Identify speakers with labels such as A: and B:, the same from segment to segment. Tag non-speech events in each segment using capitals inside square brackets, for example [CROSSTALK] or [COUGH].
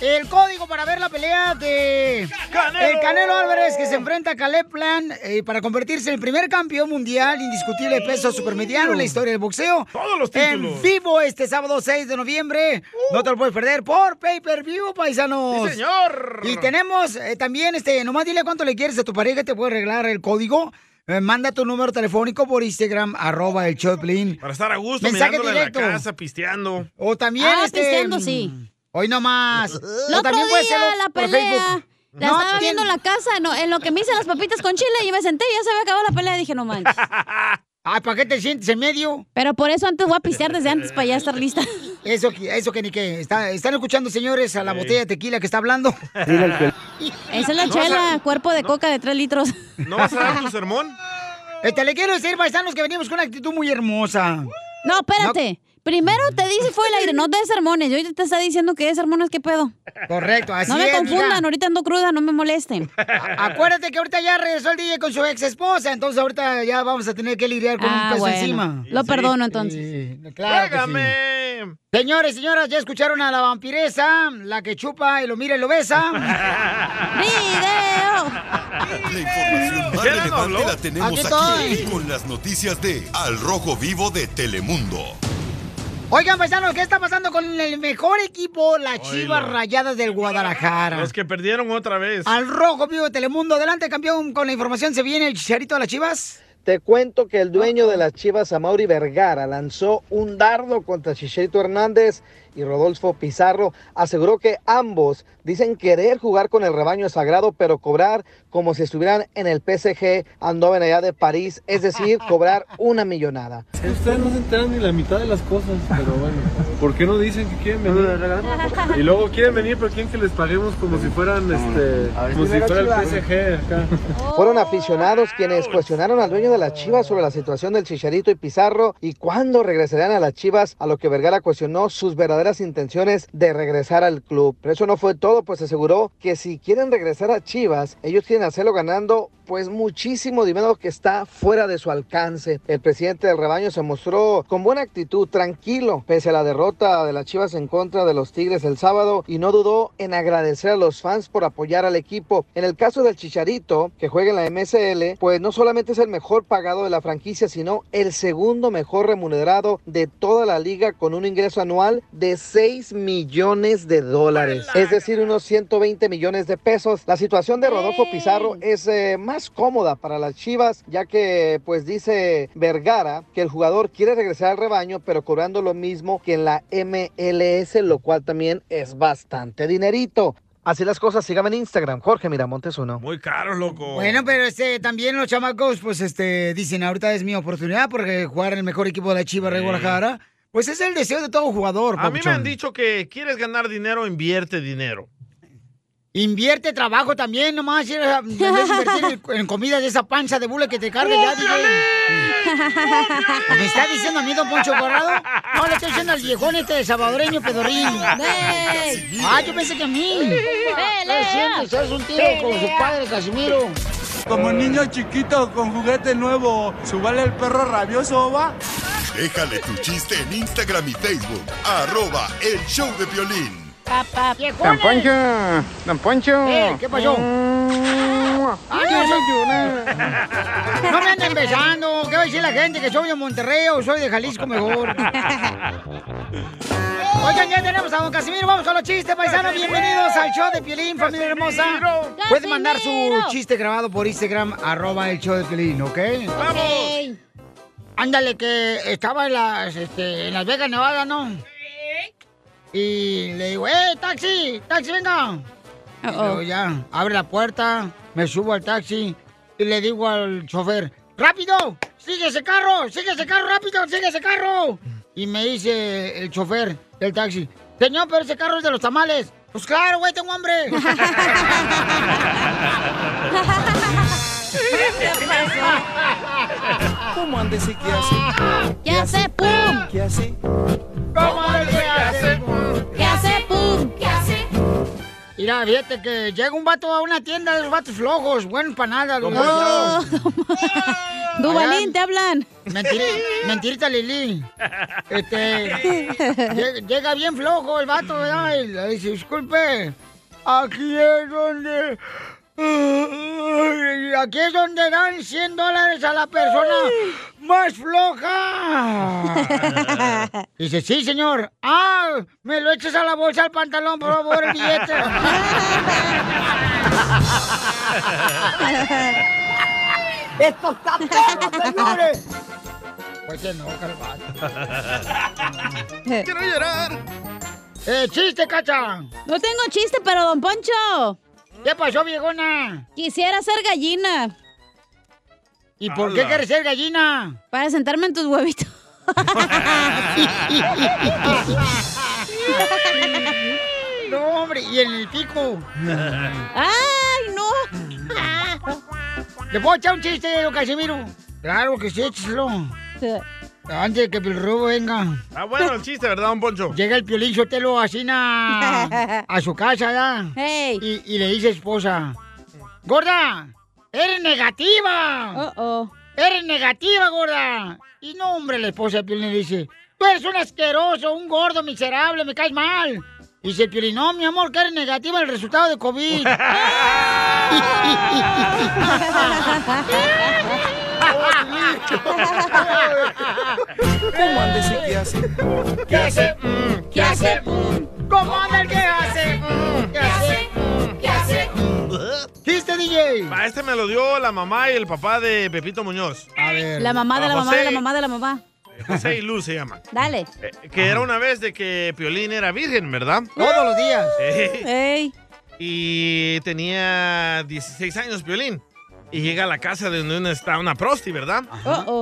A: El código para ver la pelea de
B: ¡Canelo!
A: el Canelo Álvarez que se enfrenta a Caleb Plan eh, para convertirse en el primer campeón mundial indiscutible de peso supermediano en la historia del boxeo.
B: Todos los
A: En
B: títulos.
A: vivo este sábado 6 de noviembre.
C: Uh.
A: No te lo puedes perder por pay-per-view, paisanos.
B: Sí, señor.
A: Y tenemos eh, también este, nomás dile cuánto le quieres a tu pareja, te puede arreglar el código. Eh, manda tu número telefónico por Instagram, arroba el Choplin.
C: Para estar a gusto,
A: Mensaje
C: mirándole
A: directo.
C: en la casa, pisteando.
A: O también
C: Ah,
A: este,
C: pisteando,
D: sí.
A: Hoy no más.
D: El
A: O
D: otro
A: también puede
D: día
A: hacerlo
D: la
A: por
D: pelea.
A: Facebook.
D: La
A: No,
D: estaba
A: tiene-
D: viendo en la casa, no, en lo que me hice las papitas con chile y me senté y ya se había acabado la pelea. Dije, no manches.
A: Ay, ¿para qué te sientes en medio?
D: Pero por eso antes voy a pistear desde antes para ya estar lista.
A: Eso, que- eso que ni qué. Eh, Está- están escuchando, señores, a la
D: Ey.
A: botella de tequila que está hablando.
E: Dile al que-
D: [LAUGHS] Esa es la
A: No,
D: chela,
A: o sea,
D: cuerpo de coca de 3 litros.
A: ¿No vas a dar tu sermón? Este, le quiero decir, paisanos, que venimos con una actitud muy hermosa.
D: No, espérate. Primero te dice fue el aire, no des sermones. Yo ahorita te está diciendo que des sermones, ¿qué pedo?
A: [LAUGHS] Correcto, así
D: No me
A: es,
D: confundan,
A: mija.
D: ahorita ando cruda, no me molesten.
A: [LAUGHS] Acuérdate que ahorita ya regresó el DJ con su ex esposa, entonces ahorita ya vamos a tener que lidiar con un
D: Ah,
A: peso
D: bueno.
A: encima.
D: Lo perdono entonces.
A: Sí, claro que sí. Señores, señoras, ya escucharon a la vampiresa, la que chupa y lo mira y lo besa.
D: [LAUGHS]
F: La información
A: ¿Ya
F: más
A: no
F: relevante
A: habló?
F: la tenemos
A: Aquí
F: aquí,
A: estoy.
F: con las noticias de Al Rojo Vivo de Telemundo.
A: Oigan, paisanos, ¿qué está pasando con el mejor equipo, las Chivas Rayadas del Guadalajara?
C: Los que perdieron otra vez.
A: Al rojo vivo de Telemundo. Adelante, campeón, con la información. ¿Se viene el chicharito de las Chivas?
G: Te cuento que el dueño de las Chivas, Amauri Vergara, lanzó un dardo contra Chicharito Hernández y Rodolfo Pizarro. Aseguró que ambos dicen querer jugar con el rebaño sagrado, pero cobrar como si estuvieran en el PSG Andoven allá de París, es decir, cobrar una millonada.
H: Ustedes no se enteran ni la mitad de las cosas, pero bueno. ¿Por qué no dicen que quieren venir? Y luego quieren venir, pero quieren que les paguemos como si fueran, este, como si fuera el PSG acá.
G: Fueron aficionados quienes cuestionaron al dueño de las Chivas sobre la situación del Chicharito y Pizarro y cuándo regresarán a las Chivas, a lo que Vergara cuestionó sus verdaderas intenciones de regresar al club. Pero eso no fue todo, pues aseguró que si quieren regresar a Chivas, ellos quieren hacerlo ganando pues muchísimo dinero que está fuera de su alcance. El presidente del rebaño se mostró con buena actitud, tranquilo, pese a la derrota de las Chivas en contra de los Tigres el sábado y no dudó en agradecer a los fans por apoyar al equipo. En el caso del Chicharito, que juega en la MSL, pues no solamente es el mejor pagado de la franquicia, sino el segundo mejor remunerado de toda la liga con un ingreso anual de 6 millones de dólares, es decir, unos 120 millones de pesos. La situación de Rodolfo Pizarro es eh, más cómoda para las Chivas, ya que pues dice Vergara que el jugador quiere regresar al rebaño, pero cobrando lo mismo que en la MLS, lo cual también es bastante dinerito. Así las cosas, síganme en Instagram, Jorge Miramontes uno.
C: Muy caro, loco.
A: Bueno, pero este también los chamacos, pues este, dicen, ahorita es mi oportunidad porque jugar en el mejor equipo de la Chivas de
C: Sí.
A: Guadalajara, pues es el deseo de todo jugador.
C: A mí me
A: papuchón.
C: han dicho que quieres ganar dinero, invierte dinero.
A: Invierte trabajo también, nomás si eres- en vez de invertir en- en comida de esa panza de bula que te carga ya, DJ. [LAUGHS] ¿Me está diciendo a mí, don Poncho Corrado? No, le estoy diciendo al viejón este de salvadoreño, pedorrín.
B: Casimiro.
A: Ah, yo pensé que a mí.
B: Pelea.
A: Estoy haciendo un tiro con su padre, Casimiro.
I: Como niño chiquito con juguete nuevo, subale el perro rabioso, va.
F: Déjale tu chiste en Instagram y Facebook, arroba el show de violín.
D: Papá.
J: Don Poncho, Don Poncho.
A: Eh, ¿qué pasó? ¡Ay, no, no me anden besando. ¿Qué va a decir la gente? ¿Que soy de Monterrey o soy de
B: [LAUGHS]
A: Jalisco [LAUGHS] mejor? Oigan, ya tenemos a don Casimiro. Vamos con los chistes, paisanos. Bienvenidos al show de Piolín, familia hermosa. Pueden mandar su chiste grabado por Instagram, arroba el show de Piolín, ¿ok?
B: ¡Vamos!
A: Ándale, que estaba en las, este, en las Vegas, Nevada, ¿no? Y le digo, ¡eh, taxi! ¡Taxi, venga! Y luego ya, abre la puerta, me subo al taxi y le digo al chofer, ¡rápido! ¡Sigue ese carro! ¡Sigue ese carro! ¡Rápido! ¡Sigue ese carro! Y me dice el chofer del taxi, señor, pero ese carro es de los tamales. Pues claro, güey, tengo hambre.
I: ¿Cómo andes y qué hace?
D: ¿Qué hace pum?
I: ¿Qué hace?
A: ¿Cómo andes
I: y qué hace?
D: ¿Qué hace pum? ¿Qué hace?
A: Mira, fíjate que llega un vato a una tienda de los vatos flojos, buenos para nada. los
D: Don
A: vatos.
D: [LAUGHS] Dubalín, te hablan.
A: Mentiri- mentirita Lili. Este, lle- llega bien flojo el vato, ¿verdad? Y le dice, disculpe, aquí es donde... Aquí es donde dan 100 dólares a la persona más [LAUGHS] floja. Dice,
D: [LAUGHS]
A: sí, señor. Ah, me lo eches a la bolsa al pantalón, por favor, el
B: [LAUGHS]
A: billete. ¡Esto está perro, señores! Pues se enoja
D: [LAUGHS]
A: el [LAUGHS] vato.
B: Quiero llorar.
A: ¡Eh, chiste, cacha!
D: No tengo chiste, pero don Poncho.
A: ¿Qué pasó, viejona?
D: Quisiera ser gallina.
A: ¿Y por qué quieres ser gallina?
D: Para sentarme en tus huevitos.
A: no, hombre, y en el pico.
D: ¡Ay, no!
A: ¿Le puedo echar un chiste, don Casimiro? Claro que sí, échalo. Antes de que el robo venga.
C: Ah, bueno, el chiste, ¿verdad, don Poncho?
A: Llega el piolín Sotelo así
D: [LAUGHS]
A: na- a su casa, ¿ya? Y, y le dice a su esposa, ¡Gorda! ¡Eres negativa! ¡Eres negativa, gorda! Y no, hombre, la esposa de Piolín le dice, ¡Tú eres un asqueroso, un gordo miserable, me caes mal! Y dice el Piolín, no, mi amor, que eres negativa el resultado de COVID.
B: [LAUGHS]
A: [LAUGHS]
B: ¿Cómo anda ese que hace? ¿Qué hace? Mm, ¿Qué hace? Mm.
A: ¿Cómo anda el que hace? Mm, ¿Qué hace?
B: Mm, ¿Qué hace?
A: ¿Viste, DJ?
C: Ah, este me lo dio la mamá y el papá de Pepito Muñoz. Ah,
A: A ver.
D: La mamá
C: pues
D: de la mamá de la mamá de la mamá.
C: José y Luz se llama.
D: Dale.
C: Eh, que era una vez de que Piolín era virgen, ¿verdad?
A: Todos
C: [LAUGHS]
A: los días.
D: Ey.
C: Y tenía 16 años Piolín. Y llega a la casa de donde está una prosti, ¿verdad?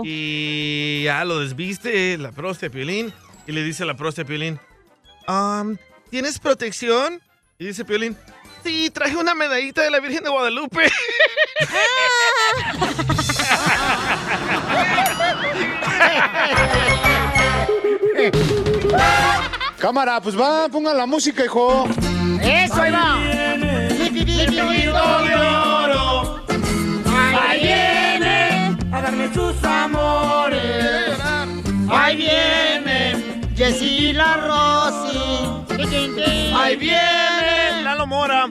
C: Y ya lo desviste la prosti a Piolín. Y le dice a la prosti a Piolín, "Um, ¿tienes protección? Y dice Piolín, sí, traje una medallita de la Virgen de Guadalupe. [LAUGHS]
A: Ah.
J: Eh. Cámara, pues va, pongan la música, hijo.
A: ¡Eso, ahí va!
B: de oro. Ahí viene a darme sus amores.
A: Ahí viene Jessy la Rosy.
B: Ahí viene
C: Lalo Mora.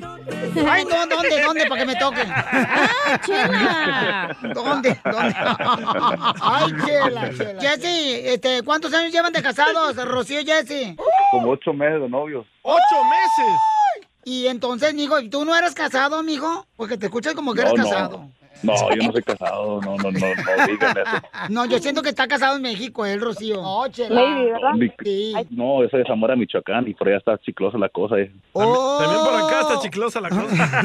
A: Ay, no, ¿dónde? ¿Dónde? Para que me toque. ¡Ah,
B: chela.
A: ¿Dónde? ¿Dónde?
B: [LAUGHS]
A: Ay, chela, chela. Jessy, este, ¿cuántos años llevan de casados, Rocío y Jessy?
E: Como ocho meses de novios.
C: ¡Ocho meses!
A: Y entonces, mijo, ¿tú no eras casado, mijo? Porque te escuchas como que eres
E: no,
A: casado.
E: No, no, yo no soy casado, no, no, no, no digan eso.
A: No, yo siento que está casado en México, él, Rocío. No, chela.
E: Lady, ¿verdad?
A: Sí.
E: No, eso es Zamora, Michoacán, y por allá está chiclosa la cosa.
A: [LAUGHS]
E: eh.
C: También por acá
A: Oh.
C: está chiclosa la cosa.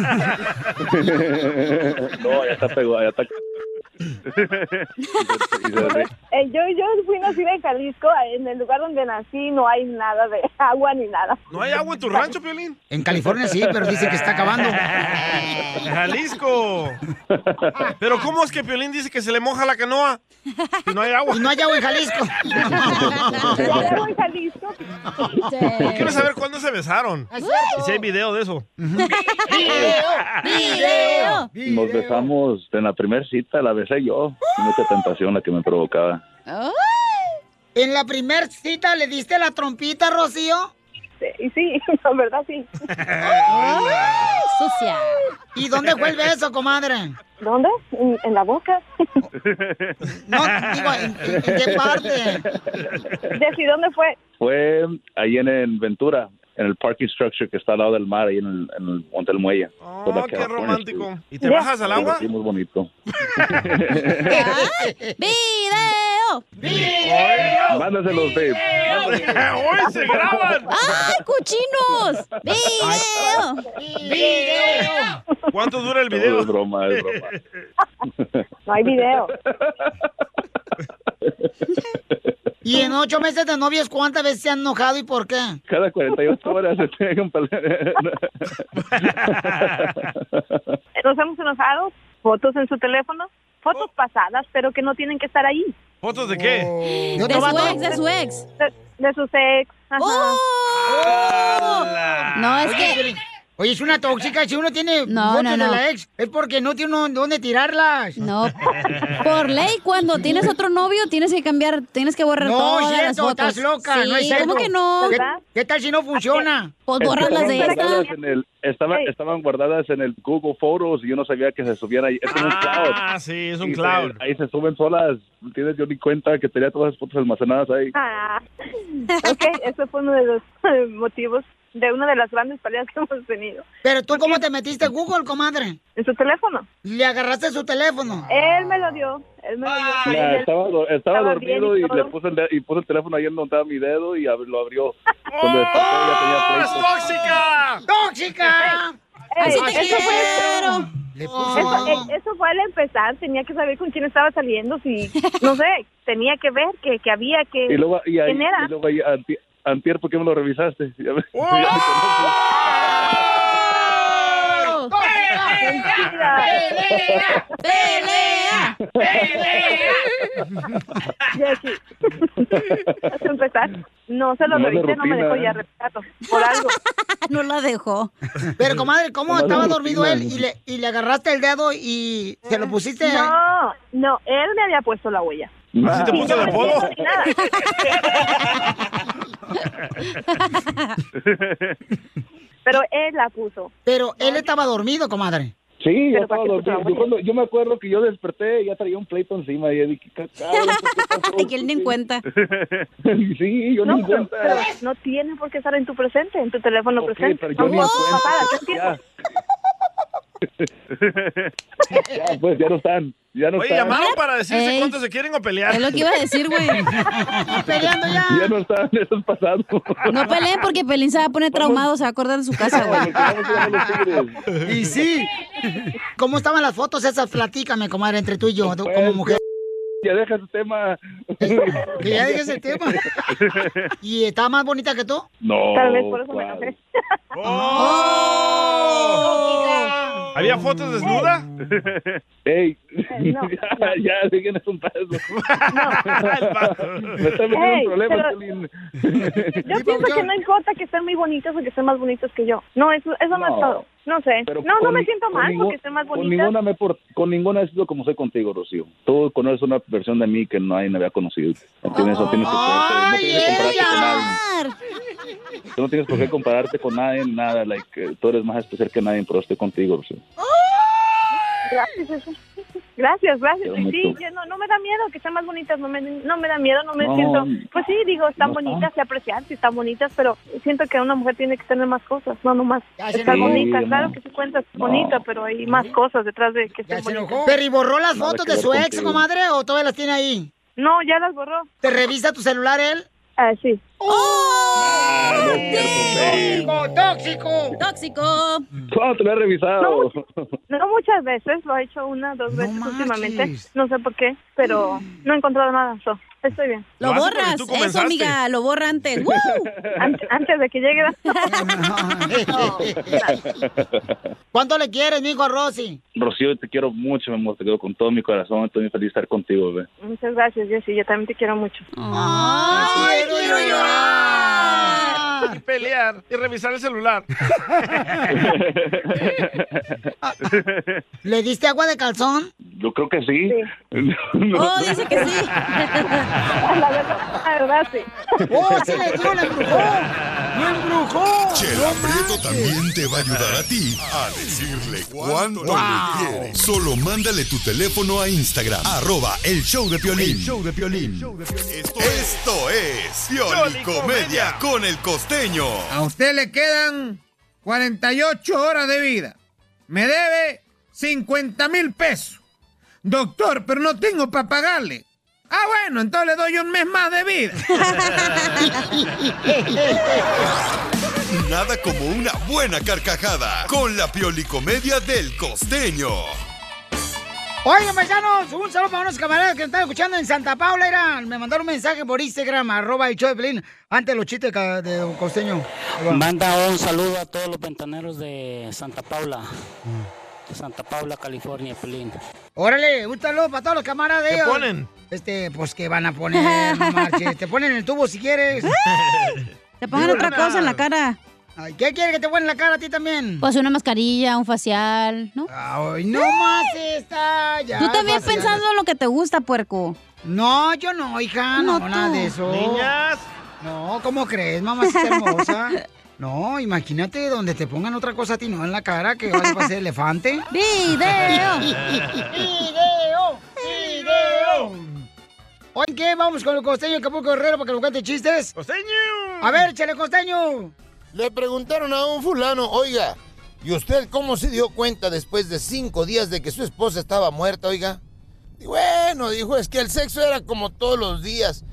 E: no, ya está pegado, allá está... Y se ríe.
K: [LAUGHS] Eh, yo, yo fui nacida en Jalisco, en el lugar donde nací no hay nada de [LAUGHS] agua ni nada.
C: ¿No hay agua en tu rancho, Piolín?
A: En California sí, pero dice que está acabando.
C: Jalisco. Pero ¿cómo es que Piolín dice que se le moja la canoa? Y no hay agua.
A: Y no hay agua en Jalisco.
K: en Jalisco.
C: Quiero saber cuándo se besaron.
A: Es
C: Y si hay video de eso.
A: ¡Video!
E: Nos besamos en la primera cita, la besé yo. y Mucha tentación la que me provocaba.
A: ¿En la primer cita le diste la trompita, Rocío?
K: Sí, sí, la verdad sí.
D: Sucia.
A: ¿Y dónde fue el beso, comadre?
K: ¿Dónde? En, en la boca.
A: No, digo, ¿en, en- en qué parte?
K: Jessy, ¿dónde fue?
E: Fue ahí en, en Ventura, en el parking structure que está al lado del mar, ahí en el, en el Monte del Muelle. por la California Street.
C: Oh, ¿Y te bajas al
E: Nos
C: agua?
E: divertimos bonito.
D: ¡Video!
E: Mándaselos, babe.
C: ¡Hoy se graban!
D: ¡Ay, cochinos! ¡Video!
A: ¡Video!
C: ¿Cuánto dura el
E: No,
C: video?
E: es broma, es broma.
K: No hay video.
A: ¿Y en ocho meses de novios cuántas veces se han enojado y por qué?
E: Cada 48 horas se tiene que pelear.
K: Nos hemos enojado, fotos en su teléfono, fotos
C: Oh.
K: pasadas, pero que no tienen que estar ahí.
C: ¿Fotos de qué?
D: De su ex, de su ex.
K: De, de sus ex. ajá.
D: No, es
A: Oye,
D: que.
A: Piolín, Oye, es una tóxica. Si uno tiene
D: No,
A: fotos
D: no,
A: de
D: no.
A: la ex, es porque no tiene uno dónde tirarlas.
D: No.
A: [LAUGHS]
D: Por ley, cuando tienes otro novio, tienes que cambiar, tienes que borrar
A: No,
D: todas
A: cierto,
D: las fotos.
A: estás loca,
D: Sí,
A: no es cierto.
D: ¿Cómo que no?
A: ¿Qué, qué tal si no funciona?
D: Pues
E: Estaban
D: borras las de esta.
E: guardadas en el- estaba- Estaban guardadas en el Google Photos y yo no sabía que se subían ahí. Es un cloud.
C: Ah, sí, es un
E: Y se-
C: cloud.
E: ahí se suben solas. Tienes yo ni cuenta que tenía todas las fotos almacenadas ahí. [LAUGHS]
K: Ah, ok, ese fue uno de los eh, motivos de una de las grandes peleas que hemos tenido.
A: Pero tú, ¿cómo te metiste en Google, comadre?
K: En su teléfono.
A: Le agarraste su teléfono.
K: Él me lo dio, él me lo dio.
E: Mira,
K: Él-
E: estaba, do- estaba
K: estaba
E: dormido y,
K: bien y
E: le
K: todo.
E: puse el, de- y puse el teléfono ahí en donde estaba mi dedo y ab- lo
C: ¡Oh,
E: abrió. Cuando desperté ya tenía Facebook.
C: tóxica!
A: ¡Tóxica!
K: Ey,
B: Así
K: eso,
B: te
K: fue,
A: Oh.
B: puso-
K: eso- eh, eso fue al empezar, tenía que saber con quién estaba saliendo,
A: [LAUGHS]
K: si, no sé, tenía que ver que, que había, que,
E: Y luego, y ahí,
K: quién era.
E: y
K: [LAUGHS]
E: luego ahí, anti- antier, ¿por qué me lo revisaste? [LAUGHS] Ya me-
C: ¡Oh!
B: ¡Pelea!
D: ¡Pelea!
B: ¡Pelea!
C: [LAUGHS]
K: Jackie, [LAUGHS] hasta empezar, no se lo
A: Nomás de
K: reviste, no me
A: rutina,
K: dejó
A: ¿eh?
K: ya retrato, por algo.
D: [LAUGHS] no la dejó.
A: Pero, comadre, ¿cómo
K: Comadre,
A: estaba
K: no,
A: dormido
K: no,
A: él
K: no.
A: y le, y le agarraste el dedo y se lo pusiste?
K: No, no, él me había puesto la huella.
A: ¿Así te puso el apodo?
E: [LAUGHS]
K: Pero él la puso.
A: Pero él estaba dormido, comadre.
E: [LAUGHS] Sí, yo
A: Pero ¿para qué
E: estaba
A: te
E: dormido. Yo,
A: trabajas?
E: cuando- yo me acuerdo que yo desperté y ya traía un pleito encima. Y yo dije, "Ca- cabrón,
D: Ay, que él ni en cuenta.
A: [LAUGHS]
E: sí, yo
K: No,
E: ni
K: pero,
E: cuenta.
K: pero no tiene por qué estar en tu presente, en tu teléfono
E: Ok,
K: presente.
E: pero yo ni en cuenta,
K: pasadas, ¿qué
E: [LAUGHS] ya. ya, pues, ya no están. Ya no
C: Oye,
E: están.
C: llamaron para decirse
E: Ey.
C: cuánto se quieren o pelear.
D: Es lo que iba a decir, güey.
A: peleando ya.
E: Ya no están, [LAUGHS] eso es pasado.
D: No peleen porque Pelín se va a poner traumado, se va a acordar de su casa, güey.
A: Y sí. ¿Cómo estaban las fotos esas? Platícame, comadre, entre tú y yo,
K: Pues,
A: tú como mujer.
E: Ya deja ese tema.
A: [LAUGHS] Que ya dejes el tema. ¿Y estaba más bonita que tú?
E: No.
A: Tal vez por eso
E: ¿cuál?
B: Oh.
C: ¿Había fotos desnuda?
E: [LAUGHS] Ey,
C: no.
E: [LAUGHS] ya, ya, siguen es
C: [LAUGHS]
E: un paso. Me está metiendo
K: Ey,
E: en problemas,
K: pero-
E: Piolín. [LAUGHS]
K: Yo pienso que no importa que estén muy bonitas o que estén más bonitas que yo. No, eso, eso no,
E: No.
K: es todo. No sé.
E: Pero
K: No, no
E: con-
K: me siento
E: con
K: mal
E: ningún-
K: porque estén más
E: Con
K: bonitas.
E: ninguna, me por- con ninguna he sido como soy contigo, Rocío. Tú conoces una versión de mí que nadie me había conocido. ¿Entiendes? No tienes que
D: Ah.
E: compararte, no tienes que compararte con nadie. Tú no tienes por qué compararte con nadie, nada. Like, eh, tú eres más especial que nadie, pero estoy contigo, Rocío.
K: Gracias, eso. gracias, gracias.
E: Qué
K: Sí,
E: bonito.
K: yo no, no me da miedo que estén más bonitas, no me, no me da miedo, no me
E: No,
K: siento... Pues sí, digo, están
E: no está.
K: bonitas, se aprecian, sí están bonitas, pero siento que una mujer tiene que tener más cosas, no nomás
A: se
K: estar
A: enojó.
K: bonita.
A: Sí,
K: Claro
A: no.
K: que sí cuentas
A: No.
K: bonita, pero hay más cosas detrás de que estén bonitas.
A: Pero ¿y borró las
K: Nada
A: fotos
K: que
A: de
K: ver
A: su ex,
K: contigo.
A: comadre, o todavía las tiene ahí?
K: No, ya las borró.
A: ¿Te revisa tu celular él? ¡Oh!
K: Ah, sí.
A: ¡Tóxico, tóxico!
D: ¡Tóxico!
E: ¿Cuándo te lo he revisado?
K: No muchas veces, lo ha hecho una, dos veces últimamente. No sé por qué, pero no he encontrado nada. so, estoy bien.
D: Lo Lo hace porque borras, tú eso, comenzaste. amiga, lo borra antes. ¡Woo!
K: Ante- [LAUGHS] antes de que llegue la...
A: [LAUGHS] ¿Cuánto le quieres, mijo, a Rosy?
E: Rocío, te quiero mucho, mi amor. Te quedo con todo mi corazón. Estoy muy feliz de estar contigo, bebé.
K: Muchas gracias, Jessy. Yo también te quiero mucho.
A: Ah.
C: ¡Ay, quiero llorar! Y pelear y revisar el celular.
A: ¿Le diste agua de calzón?
E: [LAUGHS] Yo creo que sí.
A: Oh, dice que sí.
K: la verdad, la verdad, sí.
A: ¡Oh, sí le dio, le embrujó! ¡Lo embrujó!
F: Chela Prieto también te va a ayudar a ti a decirle cuánto le quieres. Solo mándale tu teléfono a Instagram, arroba el show de Piolín.
L: El
F: show de Esto, esto ¿eh? es Pioli Comedia con el costeño.
M: A usted le quedan 48 horas de vida. Me debe 50 mil pesos. Doctor, pero no tengo para pagarle. Ah, bueno, entonces le doy un mes más de vida.
F: Nada como una buena carcajada con la Pioli Comedia del costeño.
A: Oigan, paisanos, un saludo para unos camaradas que nos están escuchando en Santa Paula. Era, me mandaron un mensaje por Instagram, arroba el show de Pelín, antes los chistes ca- de Don Costeño.
N: Manda un saludo a todos los ventaneros de Santa Paula. De Santa Paula, California, Pelín.
A: Órale, un saludo para todos los camaradas. de
N: ¿Qué
A: ellos.
N: ponen?
A: Este, pues que van a poner, no marches. Te ponen el tubo si quieres.
D: Te pongan otra cosa en la cara.
A: Ay, ¿Qué quiere que te ponga en la cara a ti también?
D: Pues una mascarilla, un facial, ¿no?
A: Ay, no más esta, ya.
D: Tú también
A: faciales.
D: pensando en lo que te gusta, puerco.
A: No, yo no, hija, no, nada de eso.
D: Niñas.
A: No, ¿cómo crees,
D: [LAUGHS]
A: mamacita hermosa? No, imagínate donde te pongan otra cosa a ti, no en la cara, que vas a parecer elefante.
B: ¡Video!
A: ¡Video! ¡Video! Oye, ¿qué? Vamos con el costeño de Acapulco Guerrero para que nos cuente chistes.
C: ¡Costeño!
A: A ver, chale, costeño.
L: Le preguntaron a un fulano, oiga, ¿y usted cómo se dio cuenta después de cinco días de que su esposa estaba muerta, oiga? Y bueno, dijo, es que el sexo era como todos los días.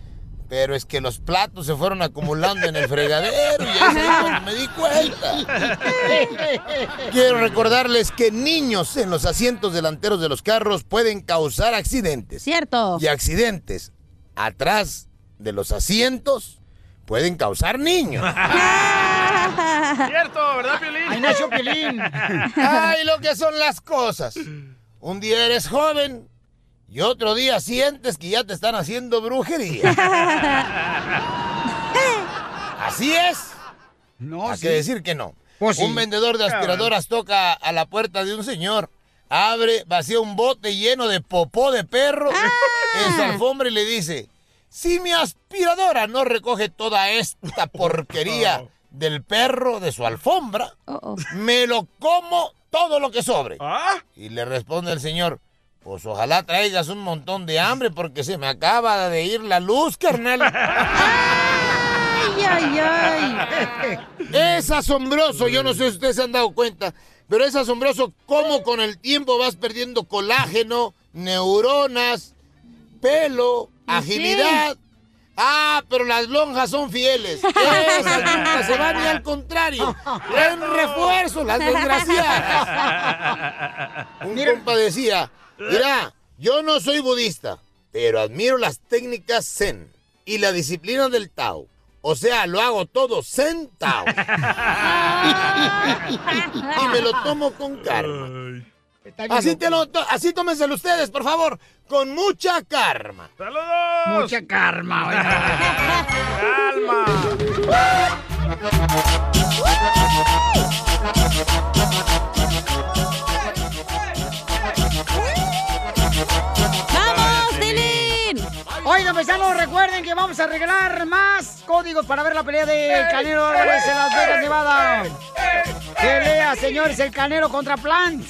L: Pero es que los platos se fueron acumulando en el fregadero y ahí fue cuando me di cuenta. Quiero recordarles que niños en los asientos delanteros de los carros pueden causar accidentes.
D: Cierto.
L: Y accidentes atrás de los asientos pueden causar niños.
C: [LAUGHS] Cierto, ¿verdad, Piolín?
A: Ahí nació Piolín.
L: ¡Ay, lo que son las cosas! Un día eres joven y otro día sientes que ya te están haciendo
M: [LAUGHS]
L: brujería. Así es. No, Hay
B: sí.
L: que decir que no.
B: Pues sí.
L: Un vendedor de aspiradoras toca a la puerta de un señor, abre, vacía un bote lleno de popó de perro
B: Ah.
L: [LAUGHS] en su alfombra y le dice, si mi aspiradora no recoge toda esta
B: [LAUGHS]
L: porquería
B: Oh.
L: del perro de su alfombra, me lo como todo lo que sobre.
B: Ah.
L: Y le responde el señor, pues ojalá traigas un montón de hambre porque se me acaba de ir la luz,
B: [LAUGHS]
L: carnal.
B: ¡Ay,
L: [LAUGHS]
B: ay, ay!
L: Es asombroso, yo no sé si ustedes se han dado cuenta, pero es asombroso cómo con el tiempo vas perdiendo colágeno, neuronas, pelo, agilidad. Ah, pero las lonjas son
B: [LAUGHS]
L: fieles. Esas nunca se van y al contrario. Traen refuerzo, las desgraciadas. Un compa decía, mira, yo no soy budista, pero admiro las técnicas zen y la disciplina del Tao. O sea, lo hago todo zen Tao. y me lo tomo con karma. Así, te lo to- así tómenselo ustedes, por favor, con mucha karma.
A: ¡Saludos! Mucha karma,
D: ¡Vamos, Tilín!
A: Oigan, paisanos, recuerden que vamos a arreglar más códigos para ver la pelea de Canelo Álvarez en Las Vegas, Nevada. Pelea, señores, el Canelo contra Plant.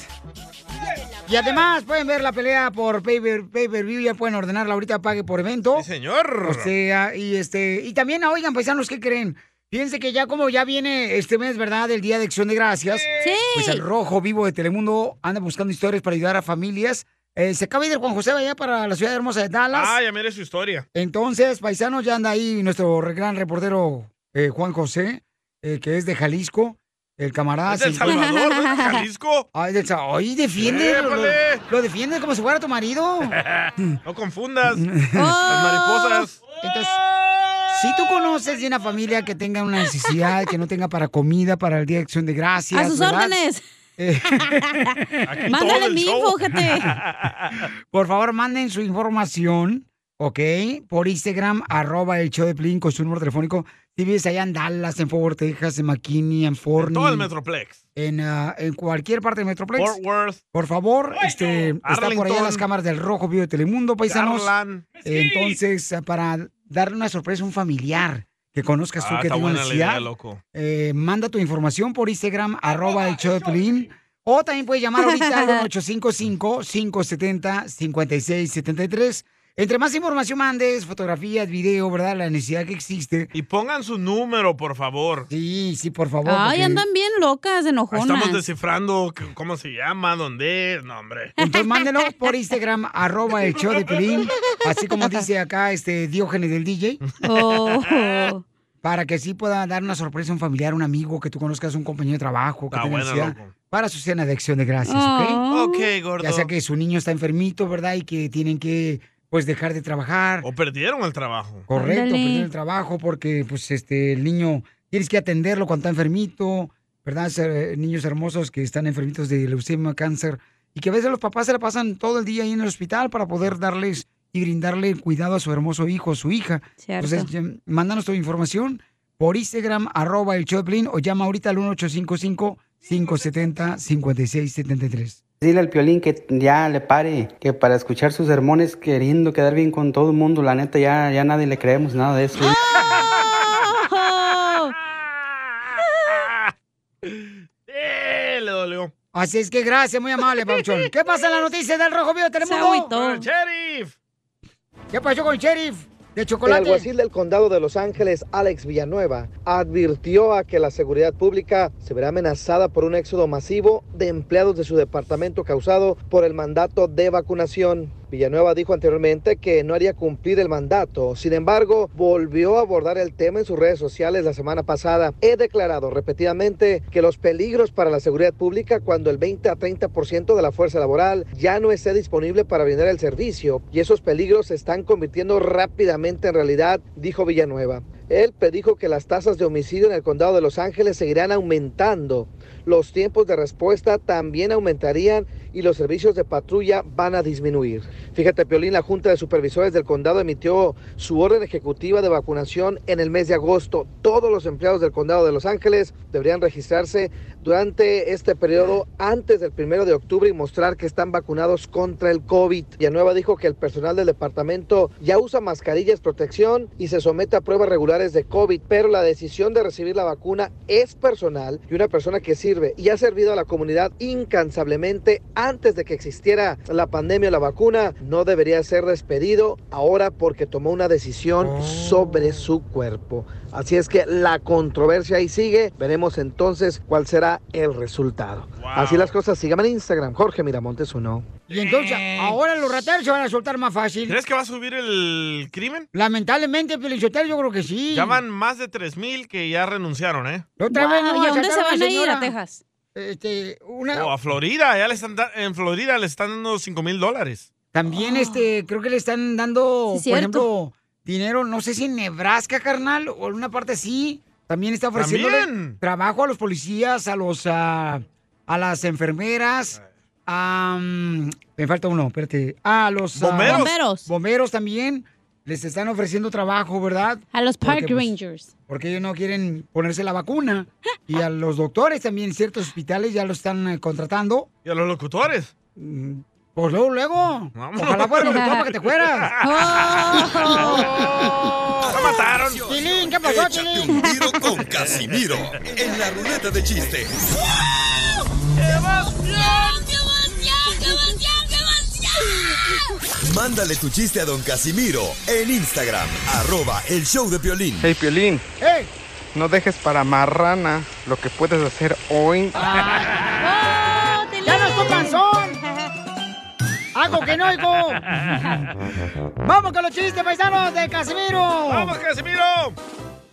A: Y además pueden ver la pelea por pay-per- pay-per-view, ya pueden ordenarla ahorita, pague por evento. Sí,
C: señor.
A: O sea, y este, y también, oigan, paisanos, ¿qué creen? Fíjense que ya como ya viene este mes, ¿verdad? El Día de Acción de Gracias.
D: Sí.
A: Pues el Rojo Vivo de Telemundo anda buscando historias para ayudar a familias. Eh, se acaba de ir Juan José allá para la ciudad hermosa de Dallas.
C: Ah, ya mire su historia.
A: Entonces, paisanos, ya anda ahí nuestro re- gran reportero eh, Juan José, eh, que es de Jalisco, el camarada.
C: Es de El
A: se encuentra-
C: Salvador, ¿no? ¿De Jalisco?
A: [LAUGHS] Ay, del Sa- ay, defiende, lo, lo-
C: ¡Épale!
A: lo defiende como si fuera tu marido.
C: [LAUGHS] No confundas.
A: [LAUGHS]
C: Las
A: Oh.
C: mariposas.
A: Entonces, si tú conoces de una familia que tenga una necesidad, que no tenga para comida, para el Día de Acción de Gracias.
D: ¡A sus
A: ¿verdad?
D: órdenes!
A: Eh, [LAUGHS]
D: ¡Mándale mi info, ojete!
A: Por favor, manden su información, ¿ok? Por Instagram, arroba el show de Plin con su número telefónico. Si vives allá en Dallas, en Fort Worth, Texas, en McKinney, en Forney.
C: Todo el Metroplex.
A: En, ah, en cualquier parte del Metroplex.
C: Fort Worth.
A: Por favor, este, está por allá
C: Arlington.
A: las cámaras del Rojo Vivo de Telemundo, paisanos.
C: Garland.
A: Entonces, ah, para darle una sorpresa a un familiar que conozcas tú
C: Ah,
A: que
C: está
A: tiene una
C: buena la idea,
A: necesidad,
C: loco.
A: eh, manda tu información por Instagram, arroba el show de Pelín. O también puedes llamar ahorita al 855-570-5673. Entre más información mandes, fotografías, video, ¿verdad? La necesidad que existe.
C: Y pongan su número, por favor.
A: Sí, sí, por favor.
D: Ay,
A: porque-
D: andan bien locas,
C: Estamos
D: enojonas.
C: descifrando c- cómo se llama, dónde es. No, hombre.
A: Entonces mándelo por Instagram, arroba el show de Pelín, así como dice acá este Diógenes del DJ.
C: Oh.
A: Para que sí pueda dar una sorpresa a un familiar, un amigo que tú conozcas, un compañero de trabajo, que
C: Está
A: tenga
C: Ah, bueno,
A: necesidad,
C: loco.
A: para su cena de acción de gracias, ¿ok?
C: Oh. Ok, gordo.
A: Ya sea que su niño está enfermito, ¿verdad? Y que tienen que, pues, dejar de trabajar.
C: O perdieron el trabajo.
A: Correcto, perder el trabajo porque, pues, este, el niño, tienes que atenderlo cuando está enfermito, ¿verdad? Ser, eh, niños hermosos que están enfermitos de leucemia, cáncer, y que a veces los papás se la pasan todo el día ahí en el hospital para poder darles y brindarle cuidado a su hermoso hijo o su hija.
D: Cierto.
A: Entonces, ya, mándanos tu información por Instagram, arroba el show de Piolín, o llama ahorita al 1855-570-5673.
O: Dile al Piolín que ya le pare, que para escuchar sus sermones queriendo quedar bien con todo el mundo, la neta ya, ya nadie le creemos nada de eso.
C: Eh, le dolió.
A: Así es que gracias, muy amable,
C: [LAUGHS]
A: Pauchón. ¿Qué pasa en las noticias del Rojo Vivo? Tenemos
C: Se
A: dos.
C: agüitó. Con el sheriff.
A: ¿Qué pasó con el sheriff? De
G: El
A: chocolate.
G: alguacil del condado de Los Ángeles, Alex Villanueva, advirtió a que la seguridad pública se verá amenazada por un éxodo masivo de empleados de su departamento causado por el mandato de vacunación. Villanueva dijo anteriormente que no haría cumplir el mandato. Sin embargo, volvió a abordar el tema en sus redes sociales la semana pasada. He declarado repetidamente que los peligros para la seguridad pública cuando el 20 a 30% de la fuerza laboral ya no esté disponible para brindar el servicio y esos peligros se están convirtiendo rápidamente en realidad, dijo Villanueva. Él predijo que las tasas de homicidio en el condado de Los Ángeles seguirán aumentando. Los tiempos de respuesta también aumentarían y los servicios de patrulla van a disminuir. Fíjate, Piolín, la Junta de Supervisores del Condado emitió su orden ejecutiva de vacunación en el mes de agosto. Todos los empleados del Condado de Los Ángeles deberían registrarse durante este periodo antes del primero de octubre y mostrar que están vacunados contra el COVID. Villanueva dijo que el personal del departamento ya usa mascarillas, protección y se somete a pruebas regulares de COVID, pero la decisión de recibir la vacuna es personal y una persona que sirve y ha servido a la comunidad incansablemente antes de que existiera la pandemia o la vacuna no debería ser despedido ahora porque tomó una decisión sobre su cuerpo. Así es que la controversia ahí sigue. Veremos entonces cuál será el resultado. Así las cosas. Síganme en Instagram, Jorge Miramontes uno.
A: Y entonces, ahora los rateros se van a soltar más fácil.
C: ¿Crees que va a subir el crimen?
A: Lamentablemente, Pelichotero, yo creo que sí.
C: Ya van más de 3.000 que ya renunciaron, ¿eh?
A: Otra vez no
D: Wow, ¿y a dónde se
A: sacar
D: van
A: una
D: a ir?
A: señora.
D: ¿A Texas?
A: Este, una...
C: O a Florida, ya le están da- en Florida le están dando 5 mil dólares.
A: También, este, creo que le están dando,
C: Ah. Sí, cierto.
A: por ejemplo, dinero, no sé si en Nebraska, carnal, o en una parte sí. También está ofreciendo
C: También.
A: trabajo a los policías, a los, ah, a las enfermeras, a, mm, me falta uno, espérate, a los ah,
D: Bomberos.
A: bomberos. también les están ofreciendo trabajo, ¿verdad?
D: A los Park
A: Porque, pues,
D: Rangers.
A: porque ellos no quieren ponerse la vacuna. Y a los doctores también, ciertos hospitales ya lo están eh, contratando.
C: ¿Y a los locutores?
A: Pues luego, luego. Ojalá fuera locutor para que te fueras.
C: ¡Lo mataron!
A: Tilín, ¿qué pasó, Tilín?
F: Un tiro con Casimiro en la ruleta de chistes. Mándale tu chiste a don Casimiro en Instagram, arroba el show de violín.
J: Hey, Piolín.
A: ¡Hey!
J: No dejes para marrana lo que puedes hacer hoy.
A: ¡Ya no estoy
B: [LAUGHS]
A: panzón! ¡Hago que no oigo! ¡Vamos con los chistes, paisanos de Casimiro!
B: ¡Vamos,
C: Casimiro!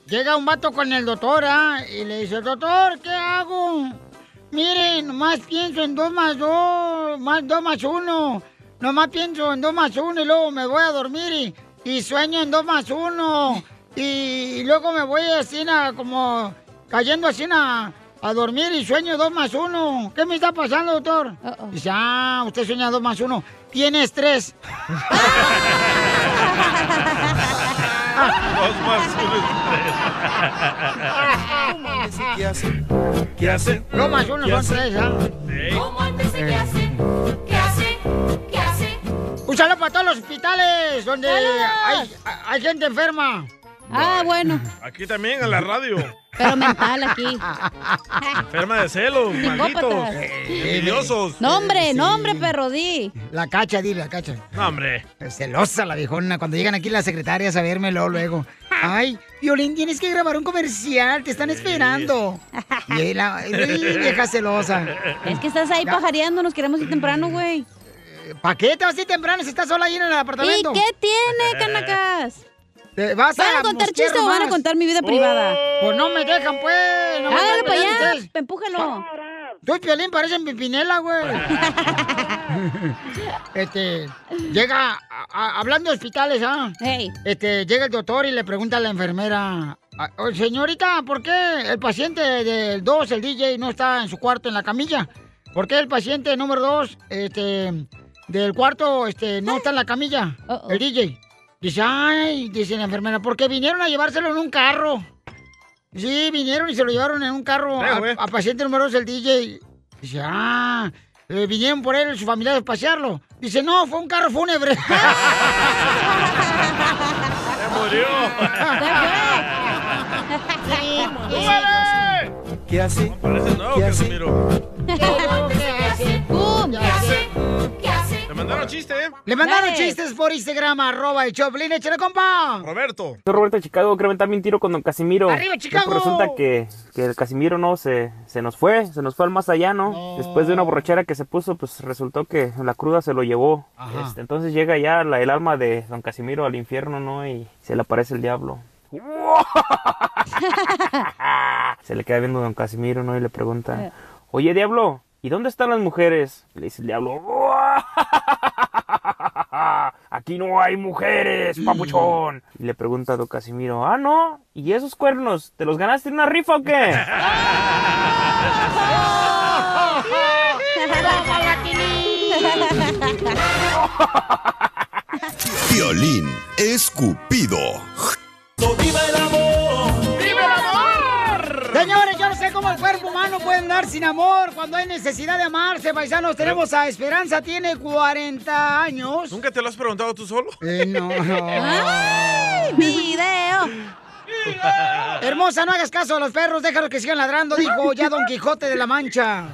A: Llega un vato con el doctor, ¿ah? Y le dice, doctor, ¿qué hago? Miren, nomás pienso en dos más dos, más dos más uno. Nomás pienso en dos más uno y luego me voy a dormir y, y sueño en dos más uno. Y, luego me voy así, na, como cayendo así na, a dormir y sueño dos más uno. ¿Qué me está pasando, doctor? Dice, ah, usted sueña dos más uno. Tienes tres.
B: Dos más uno es tres. ¿Qué hacen? ¿Qué hacen?
A: Dos más uno
B: ¿Qué
A: son
B: hacen?
A: tres, ¿ah?
B: ¿Cómo antes de
A: Eh.
B: qué hacen? ¿Qué hacen? ¿Qué hacen?
A: Un saludo para todos los hospitales donde hay, hay gente enferma. Ah, bueno.
C: Aquí también, en la radio.
A: Pero mental aquí.
C: Enferma de celos, malditos.
D: Psicópatas.
C: [LAUGHS] Envidiosos.
D: Nombre, nombre, perro, di.
A: La cacha, dile, la cacha.
C: No, hombre.
A: Celosa la viejona. Cuando llegan aquí las secretarias a verme
D: [LAUGHS]
A: luego, luego. Ay, Violín, tienes que grabar un comercial. Te
D: [LAUGHS]
A: están esperando. Y ahí la ay, vieja celosa.
D: Es que estás ahí pajareando, nos queremos ir temprano, güey.
A: ¿Para Eh, qué te vas a ir temprano si estás sola ahí en el apartamento?
D: ¿Y qué tiene, canacas?
A: ¿Te vas a
D: ¿Van a contar
A: mosquear
D: chiste o van a
A: nomás?
D: contar mi vida privada?
A: Pues no me dejan, pues. No me
D: Hágalo
A: dejan,
D: para allá,
A: ustedes.
D: empújalo.
A: [LAUGHS] Tú, Piolín, parecen pipinela, güey. este, llega, a- a- hablando de hospitales, ¿ah? Este, llega el doctor y le pregunta a la enfermera, "Ah, oh, señorita, ¿por qué el paciente del 2, el DJ, no está en su cuarto en la camilla? ¿Por qué el paciente número 2, este, del cuarto, este, no está en la camilla? El DJ. Dice, ay, dice la enfermera, porque vinieron a llevárselo en un carro. Sí, vinieron y se lo llevaron en un carro
B: Creo,
A: a-
B: güey.
A: a, paciente número dos el DJ. Dice, ah, eh, vinieron por él su familia a pasearlo. Dice, no, fue un carro
B: [LAUGHS]
A: fúnebre.
B: [LAUGHS] murió.
I: ¿Qué hace?
C: Parece nuevo, Casimiro.
B: Le mandaron chiste, ¿eh?
A: Le mandaron
B: Dale.
A: chistes por Instagram, arroba el Choplin, échale compa.
C: Roberto.
P: Soy Roberto de Chicago, quiero aventarme un tiro con don Casimiro.
A: ¡Arriba,
P: Pero
A: Chicago!
P: Resulta que, que el Casimiro no se, se nos fue, se nos fue al más allá, ¿no? Después de una borrachera que se puso, pues resultó que la cruda se lo llevó.
B: Ajá.
P: Este, entonces llega ya la- el alma de don Casimiro al infierno, ¿no? Y se le aparece el diablo. Ah, Se le queda viendo don Casimiro, ¿no? Y le
B: Eh. [LAUGHS]
A: [LAUGHS]
P: pregunta, oye, diablo, ¿y dónde están las mujeres? Y le dice el diablo, [LAUGHS] aquí no hay mujeres, papuchón. Y le pregunta a don Casimiro, ah, no, ¿y esos cuernos? ¿Te los ganaste en una rifa
A: [LAUGHS]
P: o qué?
F: Violín escupido.
B: ¡Viva el amor! ¡Viva el amor!
A: Señores, yo no sé cómo el cuerpo humano puede andar sin amor cuando hay necesidad de amarse, paisanos. Tenemos a Esperanza, tiene 40 años.
C: ¿Nunca te lo has preguntado tú solo?
A: no. ¡Video! Hermosa, no hagas caso a los perros, déjalos que sigan ladrando, dijo ya Don Quijote de la Mancha.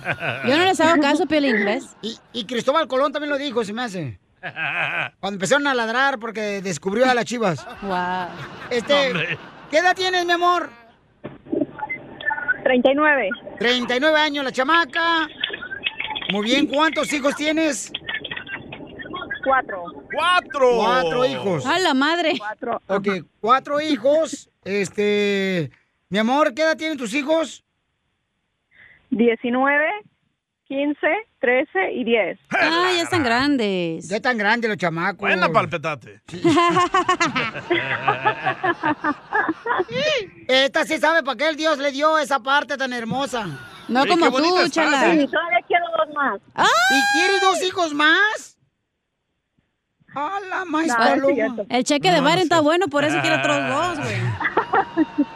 D: Yo no les hago caso, Piolín,
A: ¿ves? Y, y Cristóbal Colón también lo dijo, se me hace. [LAUGHS] Cuando empezaron a ladrar porque descubrió a las chivas. Wow. Este,
B: Hombre.
A: ¿qué edad tienes, mi amor? 39. 39 años, la chamaca. Muy bien, ¿cuántos hijos tienes? Cuatro.
C: ¡Cuatro!
A: Cuatro hijos.
D: A la madre.
A: Cuatro. Ok, cuatro hijos. Este, mi amor, ¿qué edad tienen tus hijos?
K: 19, 15, 13 y 10.
D: Ah, ya están grandes.
A: Ya están grandes los chamacos.
C: Buena palpetate.
D: [LAUGHS]
A: Esta sí sabe para qué el Dios le dio esa parte tan hermosa.
D: No Ey, como qué tú, bonita estás, chala. ¿eh?
A: Y todavía quiero dos más. ¿Y quieres dos hijos más? ¡A la más
D: No,
A: paloma!
D: sí, ya está. Ah, El cheque de No, Biden sí. está bueno, [LAUGHS] por eso quiere otros dos,
A: güey.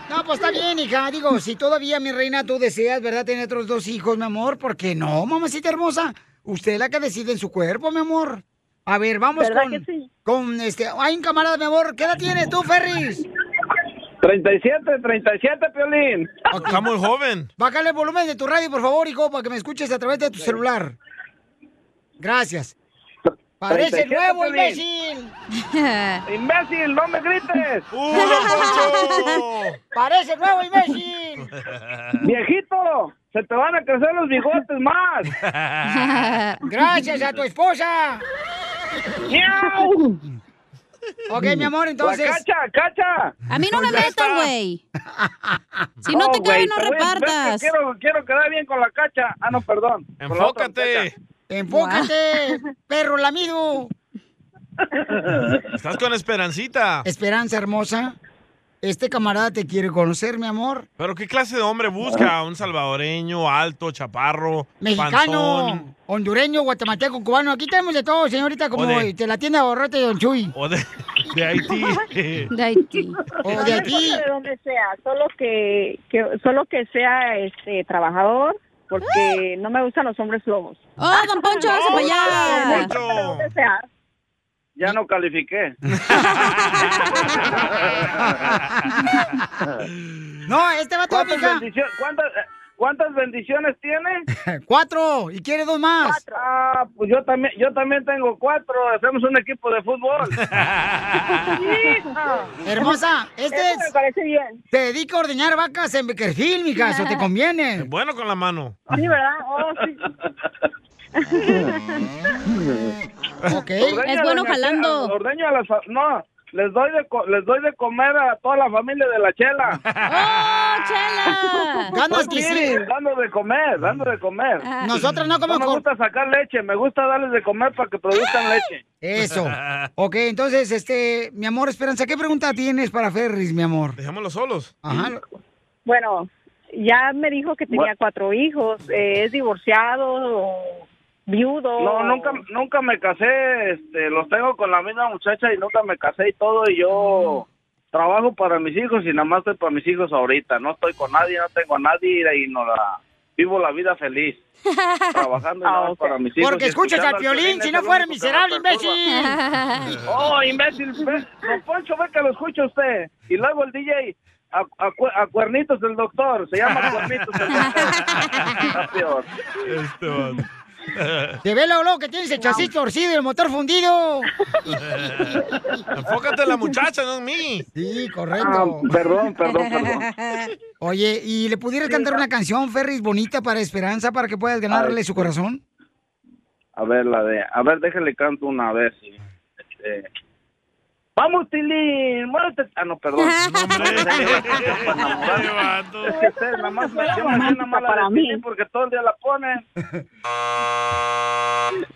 A: No, pues está bien, hija. Digo, si todavía, mi reina, tú deseas, ¿verdad?, tener otros dos hijos, mi amor. ¿Por qué no, mamacita hermosa? Usted es la que decide en su cuerpo, mi amor. A ver, vamos
K: ¿Verdad
A: con,
K: que sí?
A: con este. Hay un camarada, mi amor. ¿Qué edad tienes tú, Ferris?
Q: 37, 37, Piolín.
C: Está muy joven.
A: Bájale el volumen de tu radio, por favor, hijo, para que me escuches a través de tu celular. Gracias. [LAUGHS] Parece
Q: 37
A: nuevo,
Q: Piolín.
A: imbécil.
Q: ¡Imbécil, no me grites!
A: Parece nuevo, imbécil.
Q: ¡Viejito! ¡Se te van a crecer los
D: [LAUGHS]
Q: bigotes más!
A: Gracias a tu esposa. Ok, mi amor, entonces.
Q: ¡Cacha, cacha! Pues
D: A mí no me metas,
Q: [LAUGHS]
D: güey. Si no te cabe,
Q: güey,
D: no
Q: pero ven, ven que
D: repartas.
Q: Quiero, quiero quedar bien con la cacha. Ah, no, perdón. con la otra cacha.
A: Enfócate, perro lamido.
C: Estás con Esperancita.
A: Esperanza hermosa. Este camarada te quiere conocer, mi amor.
C: ¿Pero qué clase de hombre busca? ¿Un salvadoreño, alto, chaparro,
A: Mexicano,
C: panzón?
A: hondureño, guatemalteco, cubano. Aquí tenemos de todo, señorita, como
C: Ole.
A: este, la tienda de borrote de Don Chuy.
C: ¿O de, de
A: [LAUGHS]
C: Haití?
A: Haití. O Oh, de
K: No
A: aquí.
K: importa de donde sea, solo que, que- solo que sea este trabajador, porque no me gustan los hombres lobos.
D: ¡Ah! ¡Oh, don Poncho,
K: vamos
D: váyase para allá!
Q: Ya no califiqué.
A: [LAUGHS] No, este va todo,
Q: ¿Cuántas,
A: mija.
Q: bendicio- cuántas- eh, cuántas bendiciones tiene?
A: [LAUGHS] Cuatro. ¿Y quiere dos más?
Q: Ah, pues yo también, yo también tengo cuatro. Hacemos un equipo de
A: [LAUGHS]
Q: fútbol.
A: Hermosa, este
Q: Eso
A: es.
Q: me
A: parece bien. Te dedica a ordeñar vacas en Beckerfield, mi caso,
C: [LAUGHS]
A: te conviene.
C: Eh, Bueno con la mano.
A: Sí, ¿verdad?
Q: ok.
D: Es bueno jalando.
Q: ordeño a las fa- no, les doy de co- les doy de comer a toda la familia de la
D: [LAUGHS]
Q: chela. ¡Oh, [LAUGHS]
D: chela!
A: Ganas que sí.
Q: dando de comer, dando de comer.
A: Nosotros no comemos
Q: me
A: cor-
Q: gusta sacar leche, me gusta darles de comer para que produzcan leche.
A: [LAUGHS] ¡Ah! Eso. Ok, entonces, este, mi amor, Esperanza, ¿qué pregunta tienes para Ferris, mi amor?
C: Dejémoslo solos.
A: Ajá.
K: Bueno, ya me dijo que tenía cuatro hijos, eh, es divorciado o viudo.
Q: No, nunca, nunca me casé, este, los tengo con la misma muchacha y nunca me casé y todo, y yo trabajo para mis hijos y nada más estoy para mis hijos ahorita. No estoy con nadie, no tengo a nadie y no la, vivo la vida feliz.
C: [LAUGHS]
Q: Trabajando y nada más para mis hijos.
A: Ah, Porque
Q: y
A: escuchas
Q: escuchando
A: al Piolín, si
Q: es
A: no
Q: el
A: fuera
Q: único que
A: miserable,
Q: me perturba.
A: imbécil.
Q: Oh, imbécil. ve, Don Poncho, ve que lo escucha usted. Y luego el DJ, a, a cu- a cuernitos del doctor.
A: [LAUGHS]
Q: Se llama cuernitos del doctor.
C: Este,
D: [LAUGHS]
A: Te ve luego, luego que tienes el chasis torcido y el motor fundido.
C: [LAUGHS] Enfócate en la muchacha, no en mí.
A: Sí, correcto.
Q: perdón, perdón, perdón.
A: Oye, ¿y le pudieras cantar una canción, Ferris, bonita para Esperanza, para que puedas ganarle su corazón?
Q: A ver, la de. A ver, déjale canto una vez. sí. Este, Vamos, Tilín, muérete. Ah, no, perdón. Es que ustedes nada más me llaman así, nada más la de Tilín porque todo el día la ponen.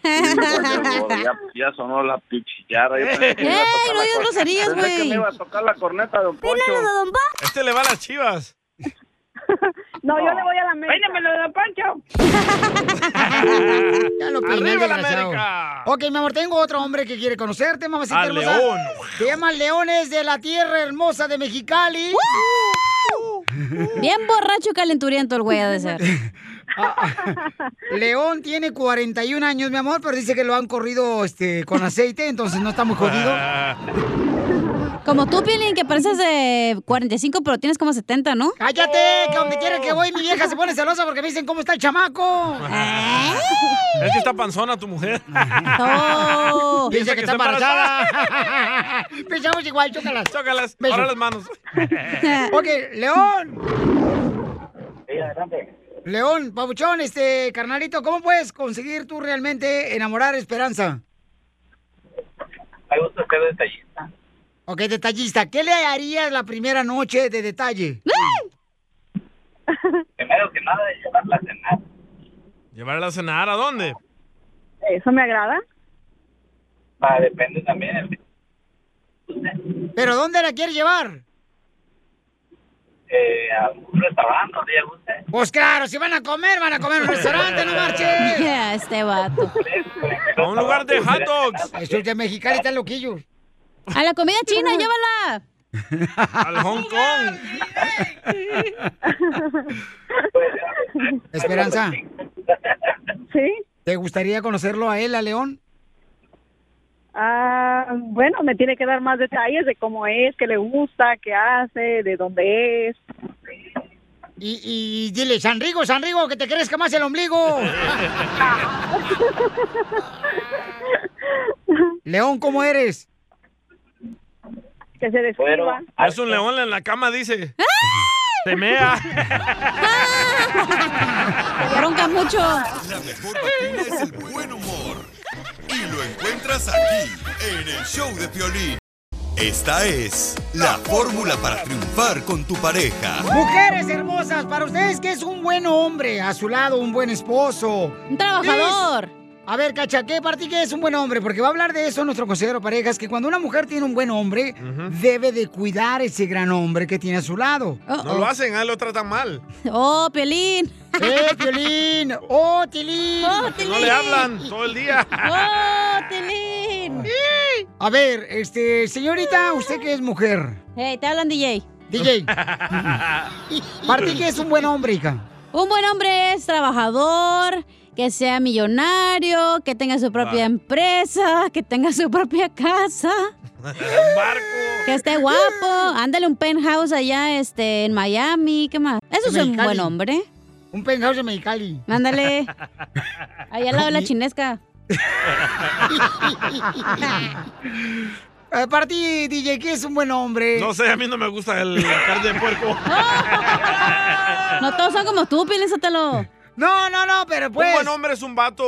Q: ya, ya sonó la
D: [LAUGHS]
Q: pichillara. yo pensé que me iba a tocar
D: ¡Ey, no
Q: la
D: digas
Q: cor-
D: groserías,
Q: pensé que
D: güey!
Q: me iba a tocar la corneta de Don Poncho.
C: Este le va a las chivas.
K: No, yo le voy a la América. Véndemelo de Pancho.
A: Ya lo peiné,
K: ¡Arriba la
A: desgraciado. Ok, mi amor, tengo otro hombre que quiere conocerte, mamacita
B: A
A: hermosa.
B: León.
A: Se llama Leones de la Tierra Hermosa de Mexicali. [LAUGHS]
D: Bien borracho y calenturiento el güey ha de ser.
A: Ah, León tiene 41 años, mi amor, pero dice que lo han corrido este, con aceite, entonces no está muy jodido.
D: Como tú, Pielín, que pareces de 45, pero tienes como 70, ¿no?
A: ¡Cállate! Que donde quiera que voy, mi vieja se pone celosa porque me dicen cómo está el chamaco.
C: Es que está panzona tu mujer.
A: No. Piensa que está embarazada. [LAUGHS] Pensamos igual, chócalas.
C: Ah. Chócalas.
A: Beso.
C: Ahora las manos.
A: [LAUGHS] ok, León. León, Pabuchón, este, carnalito, ¿cómo puedes conseguir tú realmente enamorar a Esperanza?
R: Me gusta ser detallista.
A: Ok, detallista, ¿qué le harías la primera noche de detalle?
R: Primero que nada, llevarla a cenar.
C: ¿Llevarla a cenar a dónde?
K: Eso me agrada.
R: Va, Ah, depende también. el-
A: ¿Pero dónde la quieres llevar?
R: Eh, a un restaurante donde ella guste.
A: Pues claro, si van a comer, van a comer en un restaurante, no
D: [LAUGHS]
A: marches.
D: Ya, este vato.
C: A un lugar de hot dogs.
A: Estos Ah, de Mexicali están loquillos.
D: A la comida
A: [LAUGHS]
D: china, llévala.
C: Al Hong Kong.
A: [LAUGHS] Esperanza.
K: Sí.
A: ¿Te gustaría conocerlo a él, a León?
K: Ah, bueno, me tiene que dar más detalles de cómo es, qué le gusta, qué hace, de dónde es.
A: Y, y dile, Sanrigo, Sanrigo, que te crezca más
K: [LAUGHS]
A: el ombligo. León, ¿cómo eres?
K: Que se describa.
C: Es un león en la cama, dice. Te mea.
D: Bronca mucho.
F: La mejor vacuna es el buen humor. Y lo encuentras aquí, en el show de Piolín. Esta es la fórmula para triunfar con tu pareja.
A: Mujeres hermosas, para ustedes, ¿qué es un buen hombre? A su lado, un buen esposo. Un
D: trabajador.
A: A ver, Cacha, ¿qué para ti qué es un buen hombre? Porque va a hablar de eso nuestro consejero parejas, que cuando una mujer tiene un buen hombre, debe de cuidar ese gran hombre que tiene a su lado.
C: No lo hacen, ah, lo tratan mal.
A: [LAUGHS] ¡Oh, Piolín! ¡Eh, Piolín! ¡Oh, Tilín!
C: Porque no le hablan todo el día.
A: ¡Oh, Tilín! A ver, este, señorita, usted que es mujer.
D: Hey, te hablan, DJ.
C: [LAUGHS]
A: DJ. Para ti, ¿qué es un buen hombre, hija?
C: [LAUGHS]
D: Un buen hombre es trabajador, que sea millonario, que tenga su propia
B: Va.
D: empresa, que tenga su propia casa. Que esté guapo, ándale un penthouse allá este, en Miami, ¿qué más? Eso es
A: En
D: un
A: Mexicali.
D: buen hombre.
A: Un penthouse de Mexicali.
D: Ándale. Allá al lado de
A: [LAUGHS]
D: la chinesca.
A: Eh, para ti, DJ, ¿qué es un buen hombre?
C: No sé, a mí no me gusta el la carne de puerco.
D: No todos son como tú, Piolín Sotelo.
A: No, no, no, pero pues.
C: Un buen hombre es un vato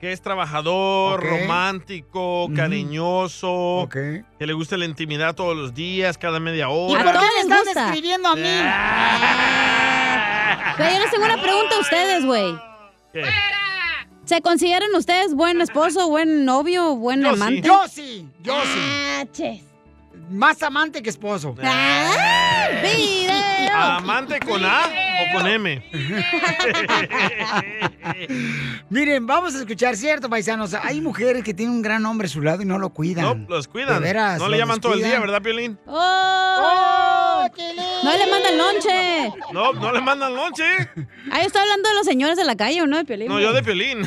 C: que es trabajador,
D: Ok.
C: romántico, cariñoso, que le gusta la intimidad todos los días, cada media
A: ¿Y
C: hora.
A: por qué me están escribiendo a mí?
D: [LAUGHS] Güey, yo les tengo una pregunta a ustedes, güey.
C: ¿Qué?
D: ¿Se consideran ustedes buen esposo, buen novio, buen amante?
A: Yo sí, yo sí.
D: Ah, ches. Ah.
A: más amante que esposo.
D: ¡Video!
C: ¿Amante con A o con M?
A: [LAUGHS] Miren, vamos a escuchar, ¿cierto, paisanos? Hay mujeres que tienen un gran hombre a su lado y no lo cuidan.
C: No, los cuidan.
A: Mm. De veras,
C: no
A: los
C: le llaman todo el día,
A: descuidan.
C: ¿verdad, Piolín?
D: ¡Oh! No le mandan lonche.
C: No, no le mandan lonche.
D: Ah, yo estaba hablando de los señores de la calle, ¿o no? De Piolín.
C: No, yo de Piolín.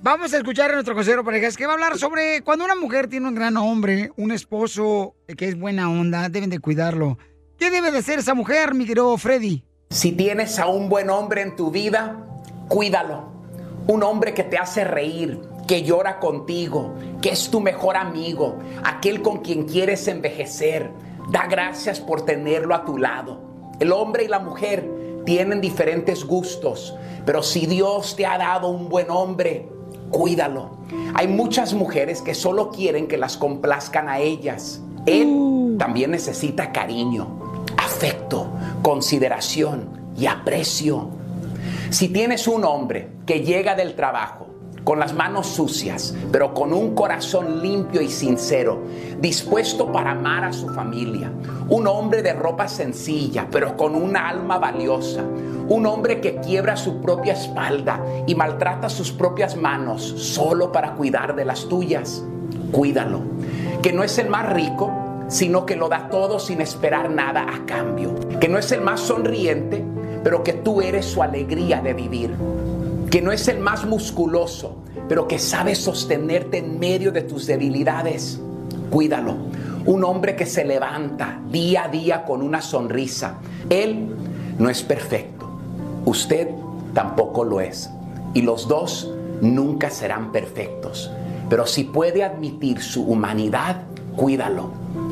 A: Vamos a escuchar a nuestro consejero parejas que va a hablar sobre cuando una mujer tiene un gran hombre, un esposo que es buena onda, deben de cuidarlo. ¿Qué debe de ser esa mujer, mi querido Freddy?
S: Si tienes a un buen hombre en tu vida, cuídalo. Un hombre que te hace reír, que llora contigo, que es tu mejor amigo, aquel con quien quieres envejecer. Da gracias por tenerlo a tu lado. El hombre y la mujer tienen diferentes gustos, pero si Dios te ha dado un buen hombre, cuídalo. Hay muchas mujeres que solo quieren que las complazcan a ellas. Él también necesita cariño, afecto, consideración y aprecio. Si tienes un hombre que llega del trabajo con las manos sucias, pero con un corazón limpio y sincero, dispuesto para amar a su familia, un hombre de ropa sencilla, pero con una alma valiosa, un hombre que quiebra su propia espalda y maltrata sus propias manos solo para cuidar de las tuyas, cuídalo, que no es el más rico, sino que lo da todo sin esperar nada a cambio, que no es el más sonriente, pero que tú eres su alegría de vivir que no es el más musculoso, pero que sabe sostenerte en medio de tus debilidades. Cuídalo. Un hombre que se levanta día a día con una sonrisa. Él no es perfecto. Usted tampoco lo es. Y los dos nunca serán perfectos. Pero si puede admitir su humanidad, cuídalo,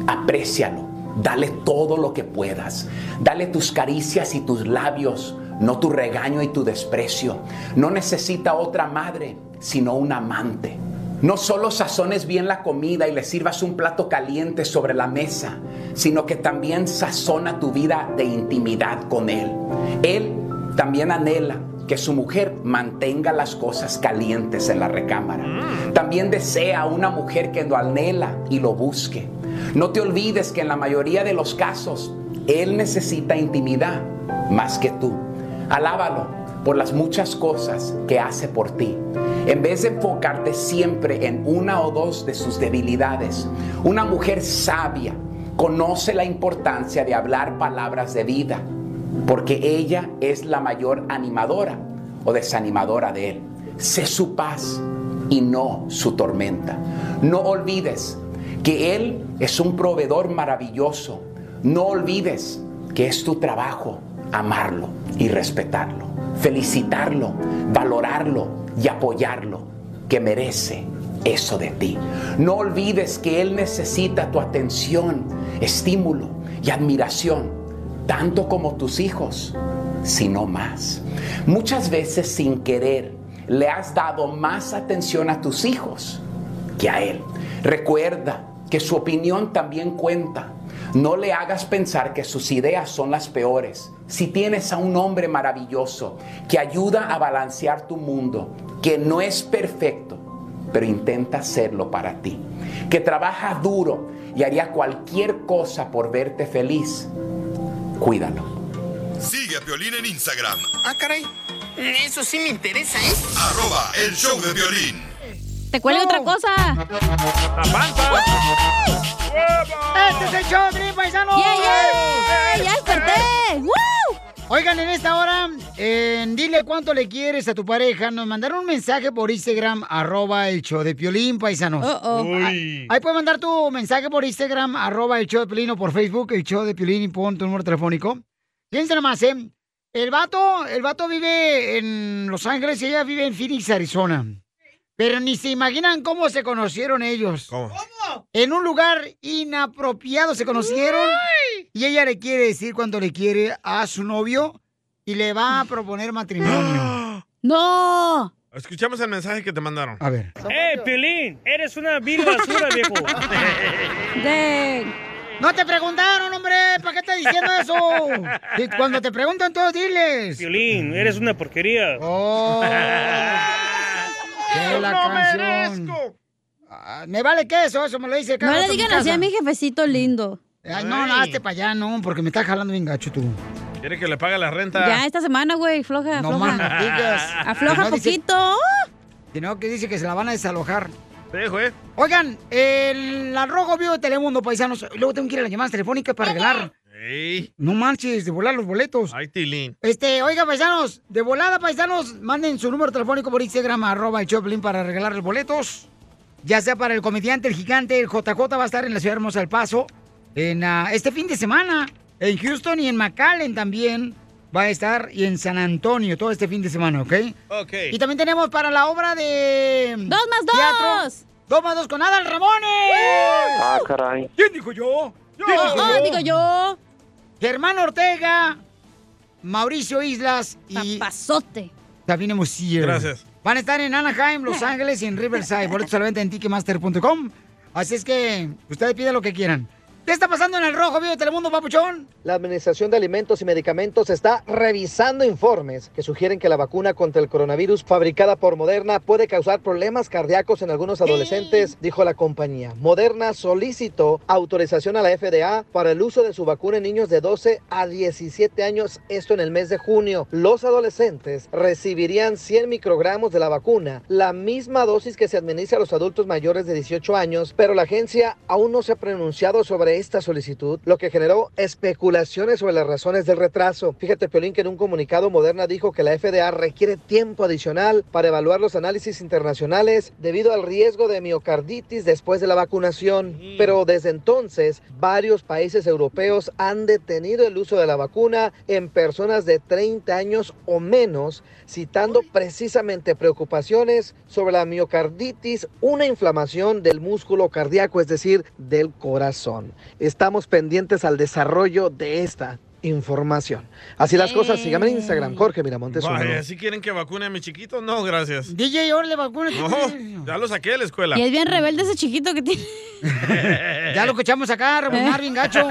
S: aprécialo, dale todo lo que puedas. Dale tus caricias y tus labios, no tu regaño y tu desprecio. No necesita otra madre, sino un amante. No solo sazones bien la comida y le sirvas un plato caliente sobre la mesa, sino que también sazona tu vida de intimidad con él. Él también anhela que su mujer mantenga las cosas calientes en la recámara. También desea una mujer que lo anhela y lo busque. No te olvides que en la mayoría de los casos, él necesita intimidad más que tú. Alábalo por las muchas cosas que hace por ti. En vez de enfocarte siempre en una o dos de sus debilidades, una mujer sabia conoce la importancia de hablar palabras de vida, porque ella es la mayor animadora o desanimadora de él. Sé su paz y no su tormenta. No olvides que Él es un proveedor maravilloso. No olvides que es tu trabajo amarlo y respetarlo, felicitarlo, valorarlo y apoyarlo, que merece eso de ti. No olvides que Él necesita tu atención, estímulo y admiración, tanto como tus hijos, sino más. Muchas veces sin querer le has dado más atención a tus hijos que a Él. Recuerda que su opinión también cuenta. No le hagas pensar que sus ideas son las peores. Si tienes a un hombre maravilloso que ayuda a balancear tu mundo, que no es perfecto, pero intenta hacerlo para ti, que trabaja duro y haría cualquier cosa por verte feliz, cuídalo.
F: Sigue a Piolín en Instagram.
S: Ah, caray. Eso sí me interesa, ¿eh?
F: Arroba el show de violín.
D: Te cuelga otra
A: Oh.
D: cosa.
A: ¡Este es el show, Green Paisano!
D: Yeah, yeah, ya desperté.
A: Oigan, en esta hora, en dile cuánto le quieres a tu pareja. Nos mandaron un mensaje por Instagram, arroba el show de Piolín, paisanos.
D: Uh-oh. Uy.
A: Oh, Ahí, ahí puedes mandar tu mensaje por Instagram, arroba el show de Piolín, o por Facebook, el show de Piolín, y pon tu número telefónico. Fíjense nomás, ¿eh? El vato, el vato vive en Los Ángeles y ella vive en Phoenix, Arizona. Pero ni se imaginan cómo se conocieron ellos.
C: ¿Cómo?
A: En un lugar inapropiado se conocieron. Y ella le quiere decir cuando le quiere a su novio y le va a proponer matrimonio.
D: ¡No!
C: Escuchamos el mensaje que te mandaron.
A: A ver.
T: ¡Eh, Piolín! Eres una vil
A: [LAUGHS]
T: basura, viejo.
A: No te preguntaron, hombre. ¿Para qué estás diciendo eso? Y cuando te preguntan todos, diles.
T: Piolín, eres una porquería.
A: ¡Oh! ¡Qué la
B: ¡No
A: canción! Ah, me vale queso, eso me lo dice. cada
D: No le
A: rato en
D: digan
A: mi
D: así a
A: casa.
D: mi jefecito lindo.
A: Ay, no, no, hazte para allá, no, porque me está jalando bien gacho tú.
C: Quiere que le pague la renta.
D: Ya esta semana, güey, floja,
A: No
D: [LAUGHS]
A: más no
D: floja.
A: digas.
D: Afloja
A: No dice-
D: poquito.
A: Si no, que dice que se la van a desalojar.
C: Dejo, ¿eh?
A: Oigan, el arrojo vivo de Telemundo, paisanos. Luego tengo que ir a las llamadas telefónicas para regalar. No manches, de volar los
E: pues,
A: boletos.
C: Ay, Tilín.
A: Este, oiga, paisanos, de volada, paisanos, manden su número telefónico por Instagram, arroba el Choplin para regalar los boletos. Ya sea para el comediante, el gigante, el JJ va a estar en la ciudad hermosa del Paso. En, ah, este fin de semana, en Houston y en McAllen también va a estar. Y en San Antonio, todo este fin de semana, ¿ok?
C: Ok.
A: Y también tenemos para la obra de... ¡Dos más dos! ¡Dos más dos con Adal Ramones!
B: Ah, caray.
A: ¿Quién dijo yo?
B: Yo. Ah, digo
A: yo. Germán Ortega, Mauricio Islas y...
D: Papazote.
A: Sabine Musier.
C: Gracias.
A: Van a estar en Anaheim, Los Ángeles y en Riverside. Boletos a la venta en Ticketmaster.com. Así es que ustedes piden lo que quieran. ¿Qué está pasando en el Rojo Vivo de Telemundo, papuchón?
G: La Administración de Alimentos y Medicamentos está revisando informes que sugieren que la vacuna contra el coronavirus fabricada por Moderna puede causar problemas cardíacos en algunos adolescentes, dijo la compañía. Moderna solicitó autorización a la FDA para el uso de su vacuna en niños de 12 a 17 años, esto en el mes de junio. Los adolescentes recibirían 100 microgramos de la vacuna, la misma dosis que se administra a los adultos mayores de 18 años, pero la agencia aún no se ha pronunciado sobre esta solicitud, lo que generó especulaciones sobre las razones del retraso. Fíjate, Piolín, que en un comunicado Moderna dijo que la FDA requiere tiempo adicional para evaluar los análisis internacionales debido al riesgo de miocarditis después de la vacunación. Pero desde entonces, varios países europeos han detenido el uso de la vacuna en personas de 30 años o menos, citando precisamente preocupaciones sobre la miocarditis, una inflamación del músculo cardíaco, es decir, del corazón. Estamos pendientes al desarrollo de esta información. Así las cosas, síganme en Instagram, Jorge Miramontes. uno.
C: Vaya, ¿sí quieren que vacune a mi chiquito? No, gracias.
A: DJ, ahora le vacuna.
C: Oh, No, ya lo saqué de la escuela.
D: Y es bien rebelde ese chiquito que tiene.
C: [LAUGHS]
A: Ya lo escuchamos acá, remonar bien gacho.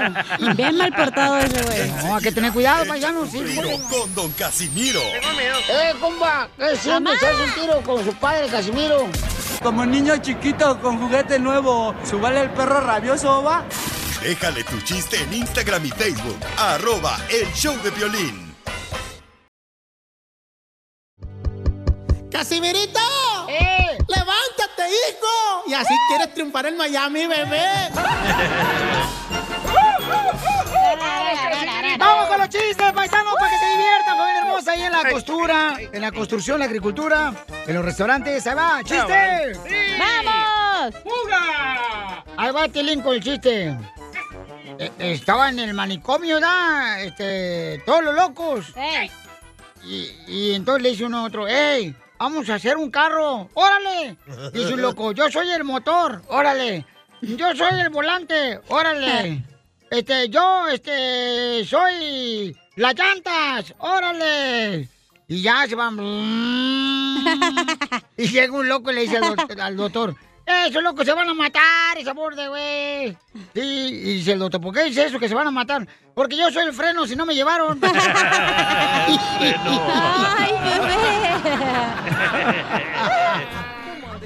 D: Bien mal portado ese güey.
A: No, hay que tener cuidado, paisanos. Sí,
F: Con Don Casimiro.
A: ¡Eh, comba! ¿Qué sientes? ¿Haz un tiro con su padre, Casimiro?
I: Como niño chiquito con juguete nuevo, subale el perro rabioso, va.
F: Déjale tu chiste en Instagram y Facebook. Arroba el show de violín.
B: ¡Casimirito! ¡Levántate, hijo! Y así quieres triunfar en Miami, bebé.
A: ¡Vamos con los chistes, paisanos, para que se diviertan, familia hermosa! Ahí en la [LAUGHS] costura, en la construcción, la agricultura, en los restaurantes. ¡Ahí
I: Ah,
A: va! ¡Chiste!
D: ¡Vamos!
A: ¡Fuga! Ahí va Tilín con el chiste. Eh, Estaba en el manicomio, ¿da? Este, todos los locos. Y, y entonces le dice uno a otro, ¡Ey! Vamos a hacer un carro. ¡Órale! Dice un loco, yo soy el motor. ¡Órale! Yo soy el volante. ¡Órale! Este, yo, este, soy las llantas. ¡Órale! Y ya se van. [LAUGHS] Y llega un loco y le dice al, doc- al doctor, esos locos se van a matar, esa de güey. Sí, y dice el doctor, ¿por qué dice eso que se van a matar? Porque yo soy el freno si no me llevaron.
B: Ay,
A: [LAUGHS]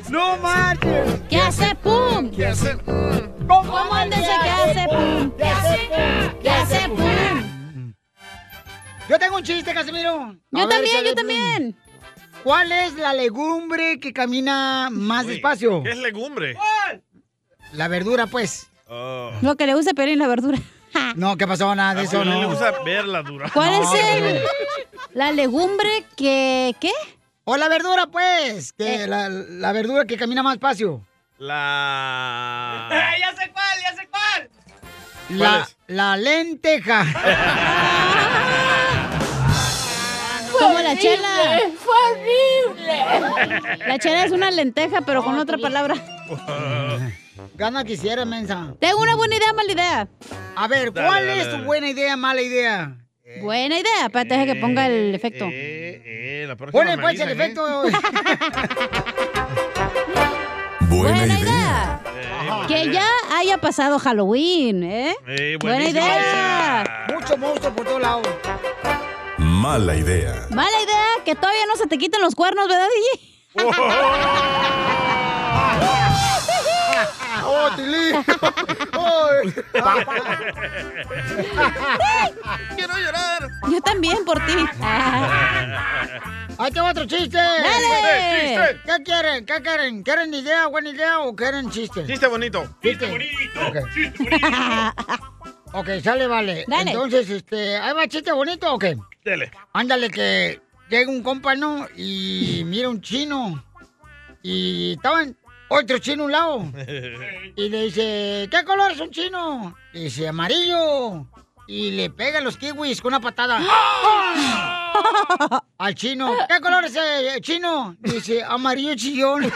A: ¡No marches!
D: ¿Qué hace pum?
B: ¿Qué hace?
D: ¿Cómo andes de qué hace pum?
B: ¿Qué hace?
D: ¿Qué hace pum?
A: Yo tengo un chiste, Casimiro.
D: Yo también, yo
A: también. ¿Cuál es la legumbre que camina más
C: Uy,
A: despacio?
C: ¿Qué es legumbre?
A: La verdura, pues.
C: Oh.
D: Lo que le gusta pero en la verdura. [LAUGHS]
A: No, ¿qué pasó? Nada de
C: A
A: eso,
C: Piolín Ah, le
A: no.
C: gusta verla dura.
D: ¿Cuál es el, [LAUGHS] la legumbre que qué? Eh.
A: O la verdura, pues. Que la, la verdura que camina más despacio.
C: La...
A: Eh,
B: ¡Ya sé cuál! ¡Ya sé cuál!
A: La, la
C: [LAUGHS]
A: lenteja.
D: Como la chela.
B: ¡Fue horrible!
D: La chela es una lenteja, pero con otra palabra.
A: Gana quisiera, mensa.
D: Tengo una buena idea, mala idea.
A: A ver,
D: Dale,
A: ¿cuál
D: dale,
A: es tu
D: dale.
A: buena idea, mala idea?
D: Eh, Buena idea. Espérate, deja que ponga el efecto.
C: Eh, la próxima
A: [LAUGHS] Ponle
C: me
A: pues el [LAUGHS]
C: avisan, ¿eh?
D: [LAUGHS]
A: efecto.
D: Buena Eh, idea. Que ya haya pasado Halloween, ¿eh?
C: Eh,
D: Buena idea.
A: Mucho monstruo por todos lados.
U: Mala idea.
D: Mala idea que todavía no se te quiten los cuernos, ¿verdad, DJ?
A: [LAUGHS] ¡Oh, Tilín! ¡Oh!
D: Quiero llorar. Yo también por ti.
A: ¡Ahí tengo otro chiste!
D: ¡Dale! Chiste, chiste.
A: ¿Qué quieren? ¿Qué quieren? ¿Quieren idea, buena idea o quieren chiste?
C: Chiste bonito.
A: Chiste bonito. Chiste bonito. ok, sale, vale.
C: Dale.
A: Entonces, este, ¿ahí va chiste bonito o qué?
C: Dele.
A: Ándale que llega un compa, ¿no? Y mira un chino. Y estaban otro chino a un lado. Y le dice, ¿qué color es un chino? Y dice, amarillo. Y le pega los kiwis con una patada. Al chino. ¿Qué color es el chino? Dice, amarillo chillón.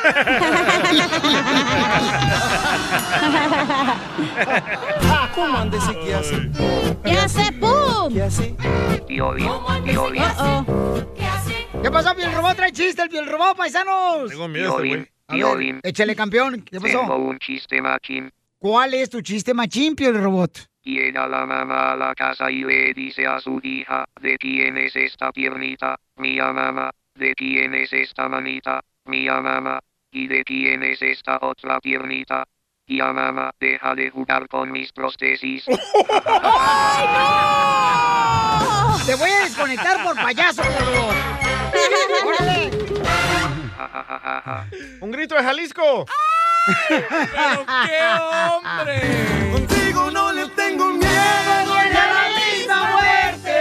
A: [LAUGHS]
B: ¿Cómo andes y qué hace?
D: ¿Qué hace? ¡Pum!
B: ¿Qué hace? tío
A: Tío
B: bien.
A: Ah, ¿Qué pasó, Piel Robot? Trae chiste el Piel Robot, paisanos.
C: Tengo
A: A
C: miedo,
A: ver,
C: güey.
A: Échale, campeón. ¿Qué
H: Tengo
A: pasó?
H: un chiste machín.
A: ¿Cuál es tu chiste machín, Piel Robot?
H: Llega la mamá a la casa y le dice a su hija, ¿de quién es esta piernita? Mía mamá. ¿De quién es esta manita? Mía mamá. ¿Y de quién es esta otra piernita? Tía mamá, deja de jugar con mis
A: [LAUGHS]
H: prótesis.
B: Oh.
A: Te voy a desconectar por payaso, Piel Robot. ¡Órale!
C: Un grito de Jalisco.
B: ¡Pero qué hombre! Contigo no le tengo miedo ni a la misma muerte.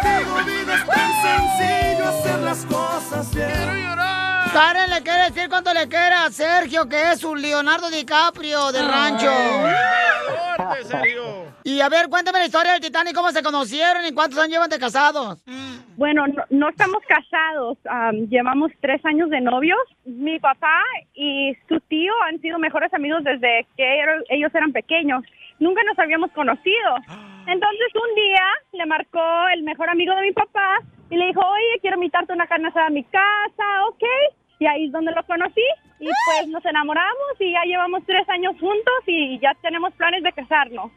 B: Tengo vida es tan sencillo hacer las cosas bien. Quiero llorar.
A: Karen le quiere decir cuánto le quiere a Sergio, que es un Leonardo DiCaprio de rancho. Y a ver, cuéntame la historia del Titanic, cómo se conocieron y cuántos años llevan de casados.
K: Mm. Bueno, no, no estamos casados, am, llevamos tres años de novios. Mi papá y su tío han sido mejores amigos desde que ero- ellos eran pequeños. Nunca nos habíamos
A: [GASPS]
K: conocido. Entonces un día le marcó el mejor amigo de mi papá y le dijo, oye, quiero invitarte a una carne asada a mi casa, ok. Y ahí es donde lo conocí y
A: ¡Ah!
K: pues nos enamoramos y ya llevamos tres años juntos y ya tenemos planes de casarnos.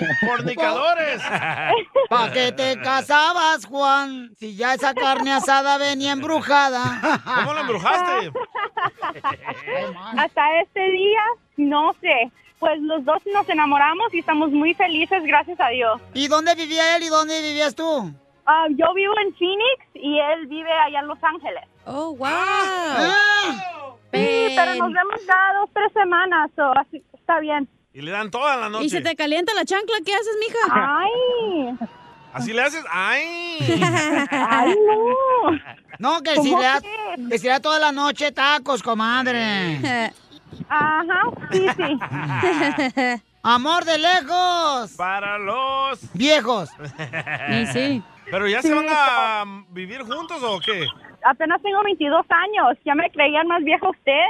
A: [LAUGHS]
C: ¡Fornicadores!
A: ¿Para qué te casabas, Juan? Si ya esa carne asada venía embrujada.
C: ¿Cómo lo embrujaste?
K: [LAUGHS] Hasta este día, no sé. Pues los dos nos enamoramos y estamos muy felices, gracias a Dios. Ah,
A: ¿Y dónde vivía él y dónde vivías tú?
K: yo vivo en Phoenix y él vive allá en Los Ángeles.
D: Oh, wow.
A: Ah.
D: Ah.
K: Sí, pero nos vemos cada dos, tres semanas, o así está bien.
C: Y le dan toda la noche.
D: ¿Y se te calienta la chancla? ¿Qué haces, mija?
K: ¡Ay!
C: ¿Así le haces? ¡Ay!
K: ¡Ay, no!
A: [LAUGHS] No, que si,
K: ¿Cómo
A: le da, que si le da toda la noche tacos, comadre.
K: [LAUGHS] Ajá, sí, sí.
A: [LAUGHS] Amor de lejos.
C: Para los...
A: Viejos.
C: Y sí. ¿Pero ya se
K: Sí,
C: van a vivir juntos o qué?
K: Apenas tengo 22 años, ya me creían más vieja usted.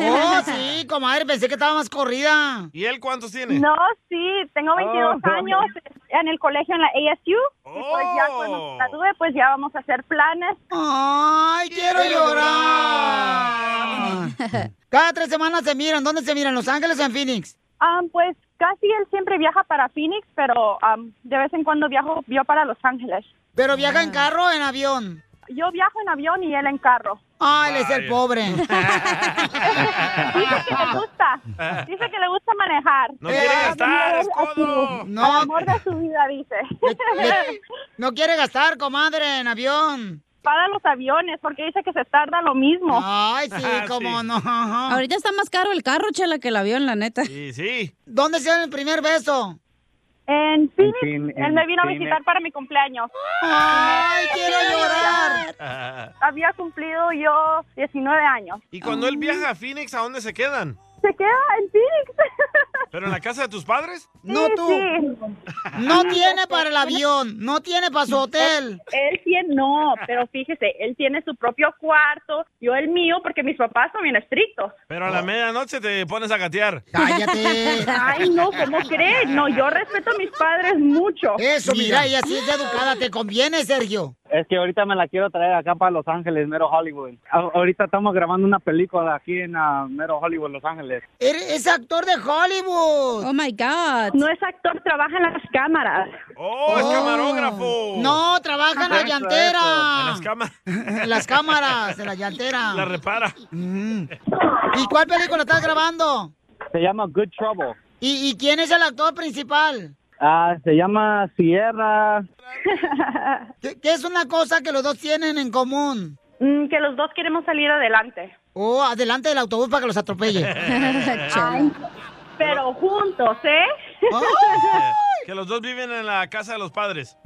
A: Oh,
K: [LAUGHS]
A: sí, comadre, pensé que estaba más corrida.
C: ¿Y él cuántos tiene?
K: No, sí, tengo 22
C: Oh.
K: años en el colegio en la ASU. Y pues ya
C: Oh.
K: cuando me gradúe, pues ya vamos a hacer planes.
A: ¡Ay, quiero llorar! Cada tres semanas se miran. ¿Dónde se miran? ¿Los Ángeles o en Phoenix?
K: Ah, pues casi él siempre viaja para Phoenix, pero am, de vez en cuando viajo yo para Los Ángeles.
A: ¿Pero viaja en carro o en avión?
K: Yo viajo en avión y él en carro.
A: Ah, él [LAUGHS] es el pobre.
K: Dice que le gusta. Dice que le gusta manejar.
A: No quiere
K: Pero
A: gastar,
K: a su- a su-
A: No.
K: Al amor de su vida, dice.
A: Le- no quiere gastar, comadre, en avión.
K: Para los aviones, porque dice que se tarda lo mismo.
A: Ay, Ah, sí, cómo no.
D: Ahorita está más caro el carro, chela, que el avión, la neta.
C: Sí, sí.
A: ¿Dónde se dio el primer beso?
K: En Phoenix. Él
D: en
K: me vino a
D: Phoenix.
K: visitar para mi cumpleaños.
A: ¡Ay, quiero llorar!
K: Había cumplido yo 19 años.
C: ¿Y cuando él viaja a Phoenix, a dónde se quedan?
K: Se queda en Phoenix.
C: ¿Pero en la casa de tus padres?
A: No tú. No tiene para el avión, no tiene para su hotel.
K: Él tiene, no, pero fíjese, él tiene su propio cuarto, yo el mío, porque mis papás son bien estrictos.
C: Pero a la medianoche te pones a gatear.
A: Cállate.
K: Ay, no, ¿cómo cree? No, yo respeto a mis padres mucho.
A: Eso, mira, y así es educada. ¿Te conviene, Sergio?
E: Es que ahorita me la quiero traer acá para Los Ángeles, mero Hollywood. A- ahorita estamos grabando una película aquí en ah, mero Hollywood, Los Ángeles.
A: Eres- Es actor de Hollywood.
D: Oh my God.
K: No es actor, trabaja en las cámaras.
C: ¡Oh, es camarógrafo!
A: No, trabaja en la
C: Eso, En
A: llantera.
C: las cámaras.
A: En las Mm. cámaras, en la llantera.
C: La repara.
A: [LAUGHS] ¿Y cuál película estás grabando?
E: Se llama Good Trouble.
A: ¿Y, y quién es el actor principal?
E: Ah, se llama Sierra.
A: ¿Qué, qué es una cosa que los dos tienen en común?
K: Mm, que los dos queremos salir adelante.
A: Oh, adelante del autobús para que
D: [LAUGHS]
A: los atropelle.
K: [LAUGHS] Ay, pero juntos, ¿eh?
A: Oh.
C: Que los dos viven en la casa de los padres.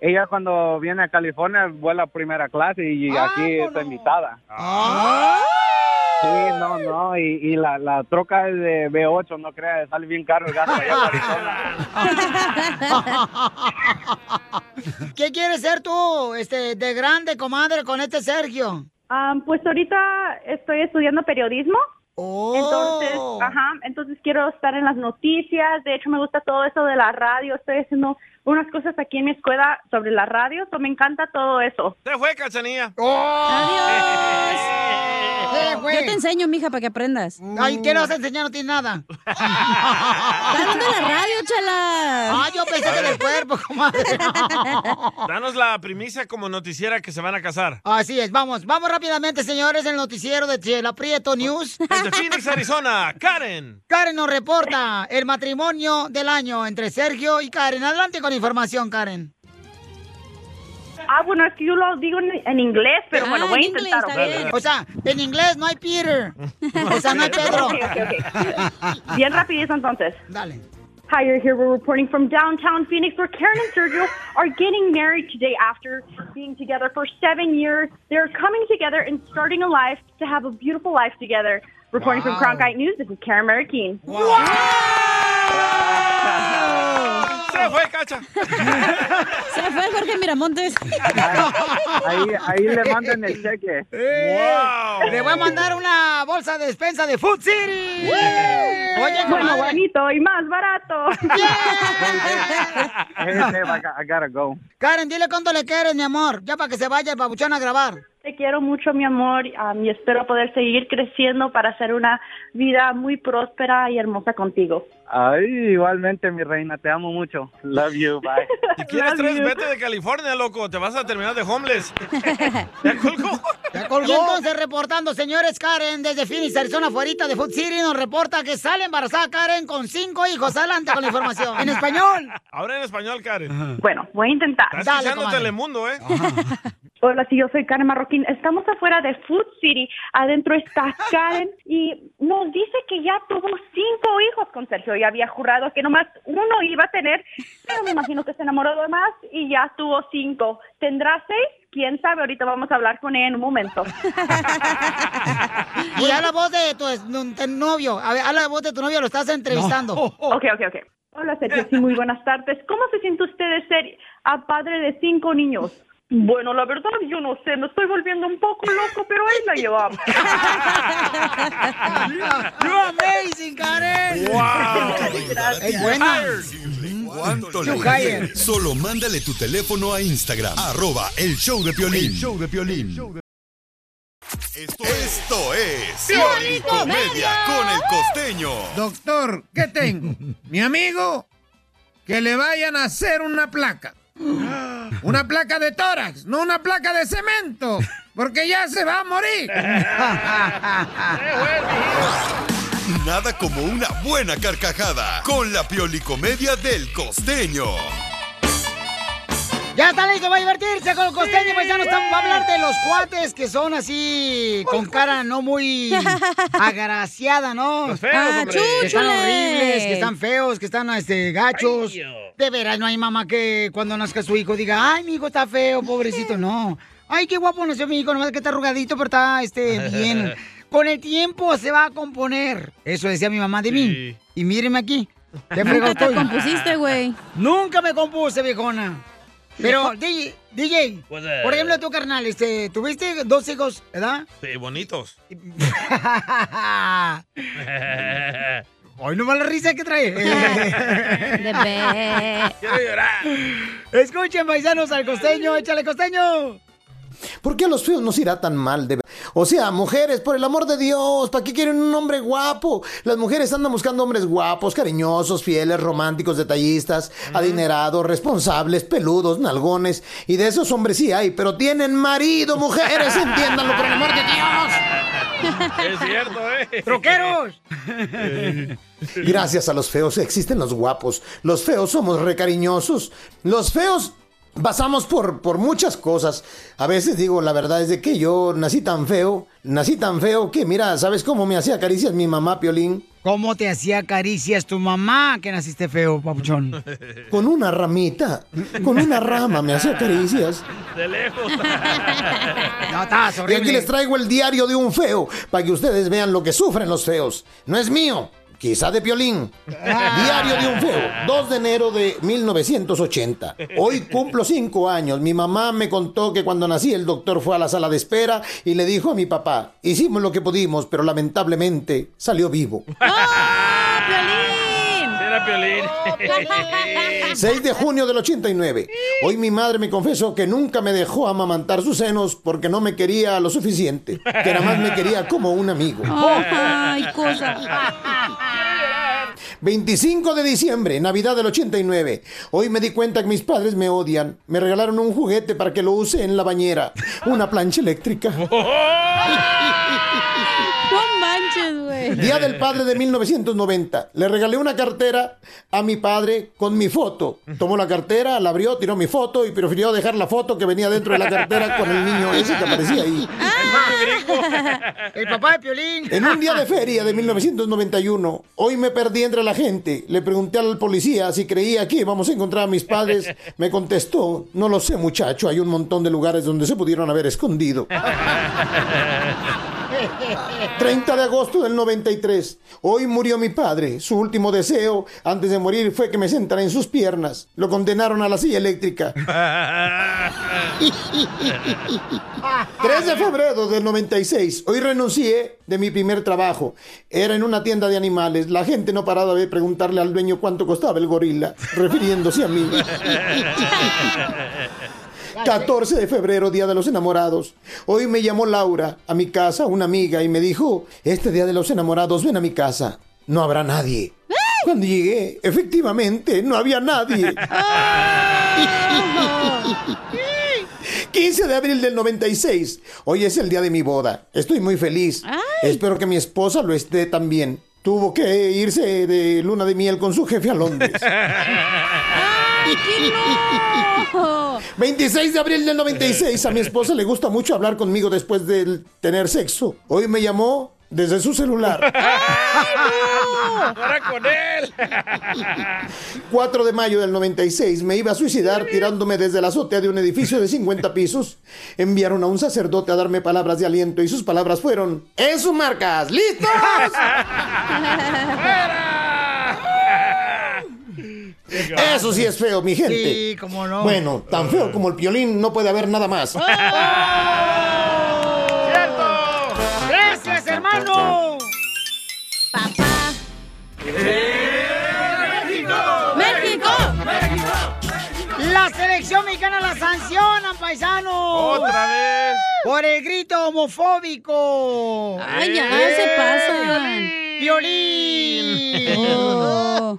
E: Ella cuando viene a California vuela primera clase y aquí está invitada. Ah. Sí, no, no, y, y la, la troca es de B8, no creas, sale bien caro el gasto allá en Arizona.
A: ¿Qué quieres ser tú, este, de grande, comadre, con este Sergio?
K: Ah, [LAUGHS] pues ahorita estoy estudiando periodismo.
A: Oh.
K: Entonces, ajá, entonces quiero estar en las noticias. De hecho, me gusta todo eso de la radio. Estoy haciendo unas cosas aquí en mi escuela sobre la radio. so me encanta todo eso.
C: ¡Se fue, cachanilla!
A: ¡Adiós!
D: Yo te enseño, mija, para que aprendas.
A: Mm. Ay, ¿qué le vas a enseñar? No
D: [LAUGHS]
A: tiene nada.
D: Está
K: [LAUGHS]
D: hablando de la radio, chala.
A: Ah, yo pensé que del cuerpo,
K: [LAUGHS]
A: comadre.
C: Danos la primicia como noticiera que se van a casar.
A: Así es, vamos, vamos rápidamente, señores, el noticiero de Chela
C: [LAUGHS]
A: Prieto News.
C: Desde Phoenix, Arizona, Karen.
A: Karen nos reporta el matrimonio del año entre Sergio y Karen. Adelante con información, Karen.
K: Ah, bueno, es que yo lo digo en, Ah, en inglés, pero bueno, voy a intentar. ¿ok?
A: O sea, en inglés no hay Peter. O sea, no hay Pedro.
K: [LAUGHS] Ok, ok,
A: [LAUGHS]
K: ok. Bien rapidito entonces.
A: Dale.
K: Hi, you're here. We're reporting from downtown Phoenix, where Karen and Sergio are getting married today after being together for seven years. They're coming together and starting a life to have a beautiful life together. Reporting
A: Wow.
K: from Crown Kite News, this is Karen Marikine.
C: Se fue, cacha.
D: Se fue Jorge
C: [LAUGHS]
D: Miramontes.
E: Ahí, ahí le mandan el cheque.
A: ¡Wow! Le voy a mandar una bolsa de despensa de Food City. Oye,
E: Bueno,
A: comadre.
K: bonito y más barato.
E: Hey, Dave, I, got- I gotta go.
A: [LAUGHS] Karen, dile cuánto le quieres, mi amor. Ya para que se vaya el babuchón a grabar.
K: Te quiero mucho, mi amor, um, y espero poder seguir creciendo para hacer una vida muy próspera y hermosa contigo.
E: Ay, igualmente, mi reina, te amo mucho. Love you, bye.
C: Si quieres
E: Love
C: tres,
E: you.
C: vete de California, loco. Te vas a terminar de homeless. ¿Ya colgó?
A: Y entonces reportando, señores, Karen, desde Phoenix, Arizona, fuerita de Food City, nos reporta que sale embarazada Karen con cinco hijos. Adelante [LAUGHS] con
C: [LAUGHS]
A: la información. En español.
C: Ahora en español, Karen.
K: Bueno, voy a intentar.
C: Estás
K: Dale,
C: escuchando
K: comadre.
C: Telemundo, ¿eh?
K: Hola, sí, yo soy Karen Marroquín. Estamos afuera de Food City. Adentro está Karen y nos dice que ya tuvo cinco hijos con Sergio y había jurado que nomás uno iba a tener, pero me imagino que se enamoró de más y ya tuvo cinco. ¿Tendrá seis? ¿Quién sabe? Ahorita vamos a hablar con ella en un momento.
A: [LAUGHS] Y a la voz de tu, es- de tu novio. A ver, a la voz de tu novio, lo estás entrevistando.
K: [LAUGHS] Ok, ok, ok. Hola, Sergio. Sí, muy buenas tardes. ¿Cómo se siente usted de ser a padre de cinco niños? Bueno, la verdad, yo no sé. Me estoy volviendo un poco loco, pero ahí la
A: [LAUGHS]
K: llevamos.
A: You're amazing, Karen. Es buena.
F: ¿Cuánto le
A: You hire.
F: quieres? Solo mándale tu teléfono a Instagram, arroba el show de Piolín. show de Piolín. Esto es
M: Piolín
F: Comedia
M: Comedia.
F: con el costeño.
M: Doctor, ¿qué tengo? Mi amigo, que le vayan a hacer una placa.
N: [GASPS]
M: Una placa de tórax, no una placa de cemento, porque ya se va a morir.
F: Nada como una buena carcajada con la piolicomedia del costeño.
A: Ya está listo para divertirse con el costeño, pues ya no estamos para hablar de los cuates que son así con cara no [LAUGHS] muy agraciada, ¿no?
B: Los feos, Ah, hombre.
A: que están
B: chúchule.
A: horribles, que están feos, que están este gachos. De veras no hay mamá que cuando nazca su hijo diga, "Ay, mi hijo está feo, pobrecito." [LAUGHS] No. Ay, qué guapo nació mi hijo, nomás que está arrugadito, pero está este [LAUGHS] bien. Con el tiempo se va a componer. Eso decía mi mamá de mí. Y mírenme aquí. ¿Qué
D: Nunca
A: fregado
D: te
A: estoy?
D: compusiste, güey.
A: Nunca me compuse, viejona. Pero, DJ, DJ,
C: What's up?
A: por ejemplo, tú, carnal, este, tuviste dos hijos, [LAUGHS] ¿verdad?
C: Sí, bonitos.
A: Hoy no va la risa que [LAUGHS] trae. Quiero llorar. Escuchen, paisanos, al costeño, échale costeño.
N: ¿Por qué a los feos nos irá tan mal? de ver- O sea, mujeres, por el amor de Dios, ¿para qué quieren un hombre guapo? Las mujeres andan buscando hombres guapos, cariñosos, fieles, románticos, detallistas, adinerados, responsables, peludos, nalgones. Y de esos hombres sí hay, pero tienen
B: [LAUGHS]
N: marido, mujeres, entiéndanlo, por el amor de Dios.
B: Es cierto, ¿eh?
A: ¡Troqueros!
N: Gracias a los feos existen los guapos. Los feos somos recariñosos. Los feos pasamos por, por muchas cosas. A veces digo, la verdad es de que yo nací tan feo, nací tan feo que mira, ¿sabes cómo me hacía caricias mi mamá, Piolín?
A: ¿Cómo te hacía caricias tu mamá que naciste feo, [LAUGHS] papuchón?
N: Con una ramita, con una rama me hacía caricias.
B: [LAUGHS] De lejos.
A: No,
B: Ah,
A: estás
N: Y aquí les traigo el diario de un feo, para que ustedes vean lo que sufren los feos. No es mío, quizá de Piolín. Diario de un feo, 2 de enero de 1980. Hoy cumplo 5 años. Mi mamá me contó que cuando nací el doctor fue a la sala de espera y le dijo a mi papá, hicimos lo que pudimos, pero lamentablemente salió vivo.
B: Era Piolín.
N: 6 de junio del 89. Hoy mi madre me confesó que nunca me dejó amamantar sus senos porque no me quería lo suficiente, que nada más me quería como un amigo.
B: Ay, [LAUGHS]
N: cosa. 25 de diciembre, Navidad del 89. Hoy me di cuenta que mis padres me odian. Me regalaron un juguete para que lo use en la bañera, una plancha eléctrica.
D: No manches, güey.
N: Día del Padre de 1990. Le regalé una cartera a mi padre con mi foto. Tomó la cartera, la abrió, tiró mi foto y prefirió dejar la foto que venía dentro de la cartera con el niño ese que aparecía ahí.
A: El papá de Piolín.
N: En un día de feria de 1991, hoy me perdí entre la gente. Le pregunté al policía si creía que íbamos a encontrar a mis padres. Me contestó, no lo sé muchacho, hay un montón de lugares donde se pudieron haber escondido. 30 de agosto del 93. Hoy murió mi padre. Su último deseo antes de morir fue que me sentara en sus piernas. Lo condenaron a la silla eléctrica. 3 de febrero del 96. Hoy renuncié de mi primer trabajo. Era en una tienda de animales. La gente no paraba de preguntarle al dueño cuánto costaba el gorila, refiriéndose a mí. 14 de febrero, Día de los Enamorados. Hoy me llamó Laura a mi casa, una amiga, y me dijo, este Día de los Enamorados, ven a mi casa. No habrá nadie. Cuando llegué, efectivamente, no había nadie. [LAUGHS] 15 de abril del 96. Hoy es el día de mi boda. Estoy muy feliz. Espero que mi esposa lo esté también. Tuvo que irse de luna de miel con su jefe a Londres. 26 de abril del 96. A mi esposa le gusta mucho hablar conmigo después de tener sexo. Hoy me llamó desde su celular.
B: Ahora con él.
N: 4 de mayo del 96 me iba a suicidar tirándome desde la azotea de un edificio de 50 pisos. Enviaron a un sacerdote a darme palabras de aliento y sus palabras fueron, ¡En sus marcas! ¡Listos! Eso sí es feo, mi gente.
A: Sí, cómo no.
N: Bueno, tan feo como el piolín no puede haber nada más.
A: ¡Gracias, hermano!
B: ¡México!
A: La selección mexicana la sancionan, paisano.
B: ¡Otra vez!
A: Por el grito homofóbico. Eh,
B: Ay, ya, se pasan. Oh.
A: Violín.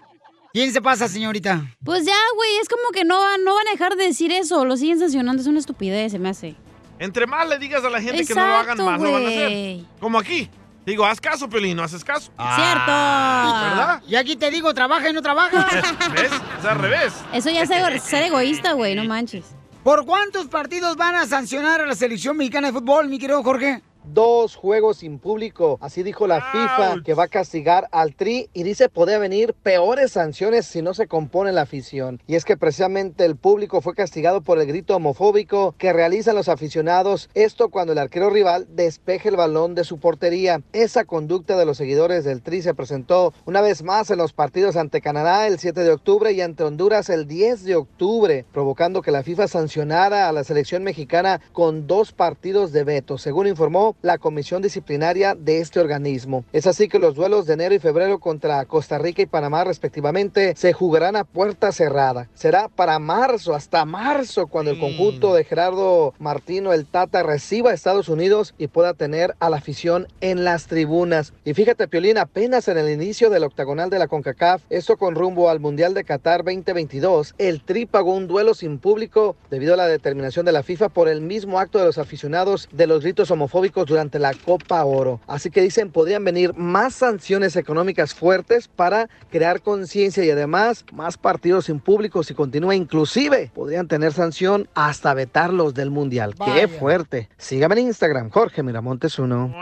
A: ¿Quién se pasa, señorita?
D: Pues ya, güey, es como que no, van- no van a dejar de decir eso. Lo siguen sancionando, es una estupidez, se me hace.
C: Entre más le digas a la gente que no lo hagan
D: Exacto,
C: más, lo van a hacer.
D: güey. Ah.
C: Como aquí. Digo, haz caso, Pelín, no haces caso.
A: ¿Verdad? Y aquí te digo, trabaja y no trabaja.
C: [LAUGHS] ¿Ves? Es al revés.
D: Eso ya es ego- ser egoísta, güey, no manches.
A: ¿Por cuántos partidos van a sancionar a la selección mexicana de fútbol, mi querido Jorge?
G: Dos juegos sin público, así dijo la FIFA que va a castigar al Tri y dice poder venir peores sanciones si no se compone la afición. Y es que precisamente el público fue castigado por el grito homofóbico que realizan los aficionados, esto cuando el arquero rival despeje el balón de su portería. Esa conducta de los seguidores del Tri se presentó una vez más en los partidos ante Canadá el 7 de octubre y ante Honduras el 10 de octubre, provocando que la FIFA sancionara a la selección mexicana con dos partidos de veto, según informó aprobó la comisión disciplinaria de este organismo. Es así que los duelos de enero y febrero contra Costa Rica y Panamá respectivamente se jugarán a puerta cerrada. Será para marzo, hasta marzo, cuando el conjunto de Gerardo Martino, el Tata, reciba a Estados Unidos y pueda tener a la afición en las tribunas. Y fíjate, Piolín, apenas en el inicio del octagonal de la CONCACAF, esto con rumbo al Mundial de Qatar 2022, el Tri pagó un duelo sin público debido a la determinación de la FIFA por el mismo acto de los aficionados de los gritos homofóbicos durante la Copa Oro. Así que dicen podrían venir más sanciones económicas fuertes para crear conciencia y además más partidos sin público si continúa inclusive podrían tener sanción hasta vetarlos del Mundial. ¡Qué fuerte! Sígame en Instagram, Jorge Miramontes 1.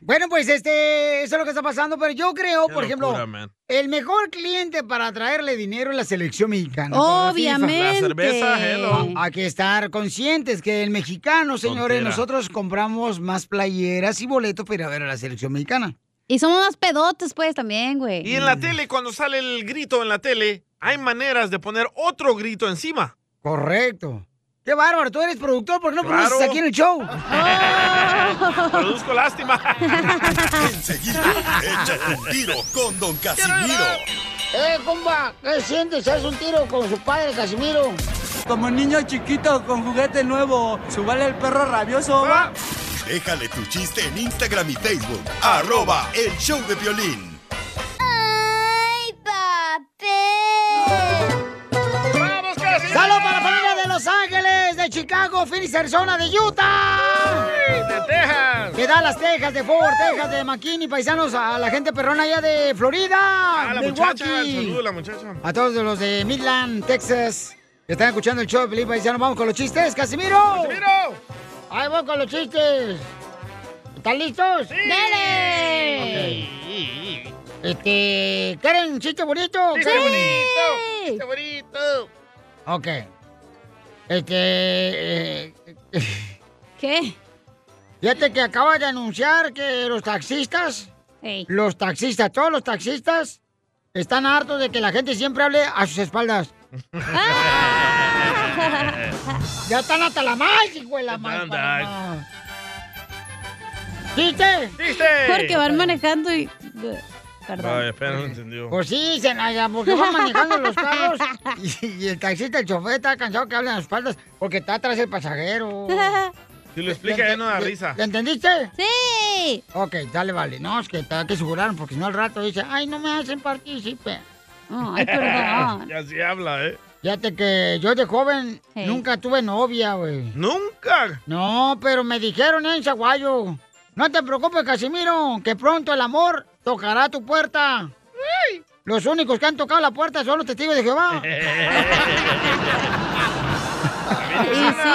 A: Bueno, pues este, eso es lo que está pasando, pero yo creo, por ejemplo,
B: locura, man.
A: el mejor cliente para traerle dinero es la selección mexicana.
D: Obviamente. La cerveza, hello.
A: Ah, Hay que estar conscientes que el mexicano, señores,
D: Tontera.
A: nosotros compramos más playeras y boletos para ir a ver a la selección mexicana.
D: Y somos más pedotes, pues, también, güey.
C: Y en la tele, cuando sale el grito en la tele, hay maneras de poner otro grito encima.
A: Correcto. Qué bárbaro, tú eres productor, ¿por qué no produces
C: Claro.
A: aquí en el show?
C: [LAUGHS] Produzco lástima.
A: [LAUGHS]
F: Enseguida, échate un tiro con Don Casimiro.
A: ¡Eh, compa! ¿Qué sientes? ¿Haz un tiro con su padre, Casimiro?
I: Como niño chiquito con juguete nuevo, subale el perro rabioso. va.
F: Déjale tu chiste en Instagram y Facebook. Arroba el show de violín.
B: ¡Ay, papel!
A: ¡Vamos, Casimiro! ¡Saludos para la familia de Los Ángeles, de Chicago, Phoenix, Arizona, de Utah! ¡De Texas! De Dallas, Texas, de Fort Worth, Texas, de McKinney, paisanos, a la gente perrona allá de Florida,
C: A la
A: Milwaukee.
C: muchacha, saludo a la muchacha.
A: A todos los de Midland, Texas, que están escuchando el show de Felipe Paisano. Vamos con los chistes, Casimiro. ¡Casimiro! Ahí vamos con los chistes. ¿Están listos? ¡Dale! Ok. Este, ¿quieren un chiste bonito?
B: ¡Chiste
A: ¿Quieren?
B: bonito! ¡Chiste bonito!
A: Ok. Este... eh, [LAUGHS]
D: ¿Qué?
A: Fíjate que acaba de anunciar que los taxistas, los taxistas, todos los taxistas, están hartos de que la gente siempre hable a sus espaldas. [LAUGHS] Ya están hasta la más, hijo de la mal. ¿Viste?
C: ¡Viste!
D: Porque van manejando y... Perdón.
C: Ay, espera, no entendió.
A: Pues sí, Zenaya, porque van manejando los carros y, y el taxista, el chofer, está cansado que hablen a sus espaldas porque está atrás el pasajero.
C: Si lo explica, ya no da risa.
A: ¿Le entendiste? Sí. Ok, dale, vale. No, es que te hay que asegurar, porque si no al rato dice, ay, no me hacen partícipe. Ay,
C: [LAUGHS] y así habla, ¿eh?
A: Fíjate que yo de joven nunca tuve novia, güey. ¿Nunca? No, pero me dijeron en Zaguayo. No te preocupes, Casimiro, que pronto el amor tocará tu puerta. Los únicos que han tocado la puerta son los testigos de Jehová.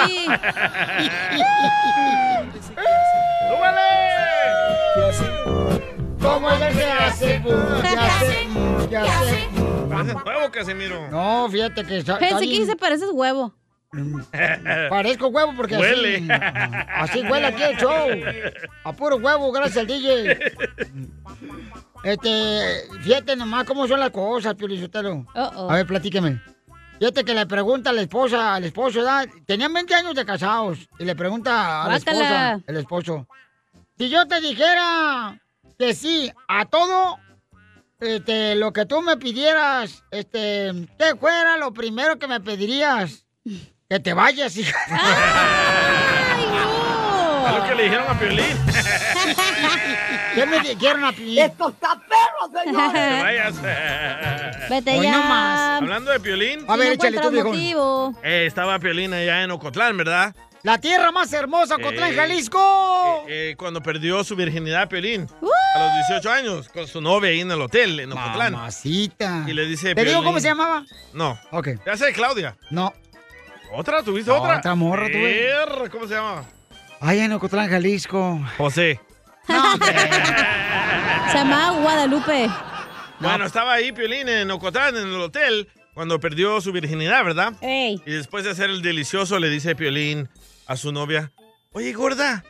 B: sí.
A: ¿Cómo es el que hace? Ya sé, ya sé.
C: Parece nuevo, Casimiro.
A: No, fíjate que está, está
D: Pensé que
A: bien-
D: se pareces huevo.
C: [LAUGHS]
A: Parezco huevo
C: Eh,
A: porque [LAUGHS]
D: Huele.
A: así. Así huele aquí el show. A puro huevo, gracias al DJ. Este, fíjate nomás cómo son las cosas, Piolizotelo.
B: Uh-oh.
A: A ver, platíqueme. Fíjate que le pregunta a la esposa, al esposo, ¿verdad? Tenían 20 años de casados. Y le pregunta a la
D: Guácala.
A: esposa, el esposo. Si yo te dijera que sí a todo este, lo que tú me pidieras, este, ¿qué fuera lo primero que me pedirías? Que te vayas, hija.
C: Ah, Es lo que le dijeron a
A: [LAUGHS]
C: Piolín.
A: ¿Qué me dijeron a Piolín? ¡Esto está perro,
C: Que vayas.
A: [LAUGHS] Vete Hoy ya. no más.
C: Hablando de Piolín.
A: [LAUGHS] A ver, échale tú, viejón.
C: Eh, estaba Piolín allá en Ocotlán, ¿verdad?
A: La tierra más hermosa, Cotlán,
C: Eh.
A: Jalisco.
C: Eh, cuando perdió su virginidad Piolín. A los 18 años, con su novia ahí en el hotel, en Ocotlán.
A: Mamacita.
C: Y le dice
A: ¿Te digo
C: Piolín-
A: cómo se llamaba?
C: No.
A: Ok.
C: Ya sé, Claudia.
A: No.
C: ¿Otra? ¿Tuviste
A: No,
C: otra?
A: otra morra tuve.
C: Erra, ¿Cómo se
A: [LAUGHS]
C: llama?
A: Ay, en Ocotlán, Jalisco.
C: José.
D: Se llama Guadalupe.
C: Bueno, estaba ahí Piolín en Ocotlán, en el hotel, cuando perdió su virginidad, ¿verdad? Y después de hacer el delicioso, le dice Piolín a su novia, Oye, gorda,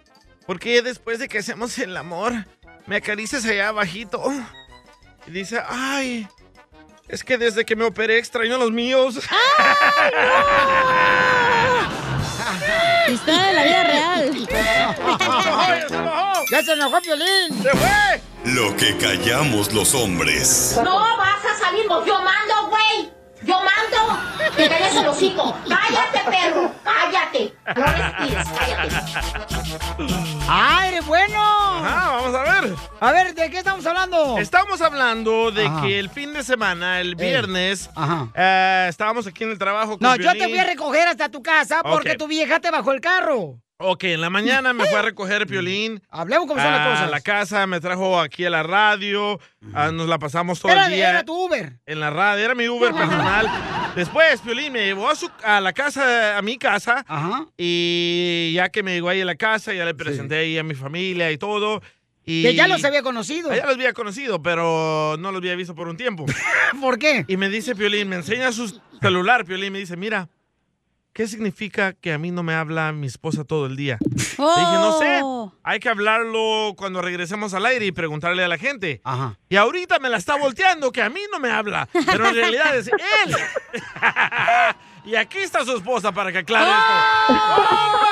C: ¿por qué después de que hacemos el amor, me acaricias allá abajito? Y dice, ay, es que desde que me operé extraño a los míos. ¡Ay, [LAUGHS]
D: Historia de la vida real.
A: ¡Ya se enojó Piolín! ¡Se
C: fue!
F: Lo que callamos los hombres.
L: No vas a salir, vos. yo mando, güey. Yo mando. Te calles el hocico. Cállate, perro. Cállate. No respires, cállate.
A: ¡Ay, eres bueno!
C: Ajá, vamos a ver.
A: A ver, ¿de qué estamos hablando?
C: Estamos hablando de
A: Ajá.
C: que el fin de semana, el viernes,
A: Ajá.
C: eh, estábamos aquí en el trabajo con
A: No, yo te
C: Piolín.
A: voy a recoger hasta tu casa porque
C: Ok.
A: tu vieja te bajó el carro.
C: Ok, en la mañana me fue a recoger Piolín.
A: Hablemos cómo son las
C: a
A: cosas.
C: la casa, me trajo aquí a la radio, ah, nos la pasamos todo
A: Era,
C: el día.
A: era tu Uber.
C: En la radio, era mi
A: [LAUGHS]
C: Uber personal. Después, Piolín me llevó a, su, a la casa, a mi casa. Y ya que me llegó ahí a la casa, ya le presenté ahí a mi familia y todo. Y
A: Que ya los había conocido.
C: ya los había conocido, pero no los había visto por un tiempo.
A: [LAUGHS] ¿Por qué?
C: Y me dice Piolín, me enseña su celular, Piolín, me dice, mira, ¿qué significa que a mí no me habla mi esposa todo el día? Le dije, no
D: Oh.
C: sé, hay que hablarlo cuando regresemos al aire y preguntarle a la gente. Y ahorita me la está volteando, que a mí no me habla, pero en realidad es él. [LAUGHS] y aquí está su esposa para que aclare
A: Ah.
C: ¡Oh!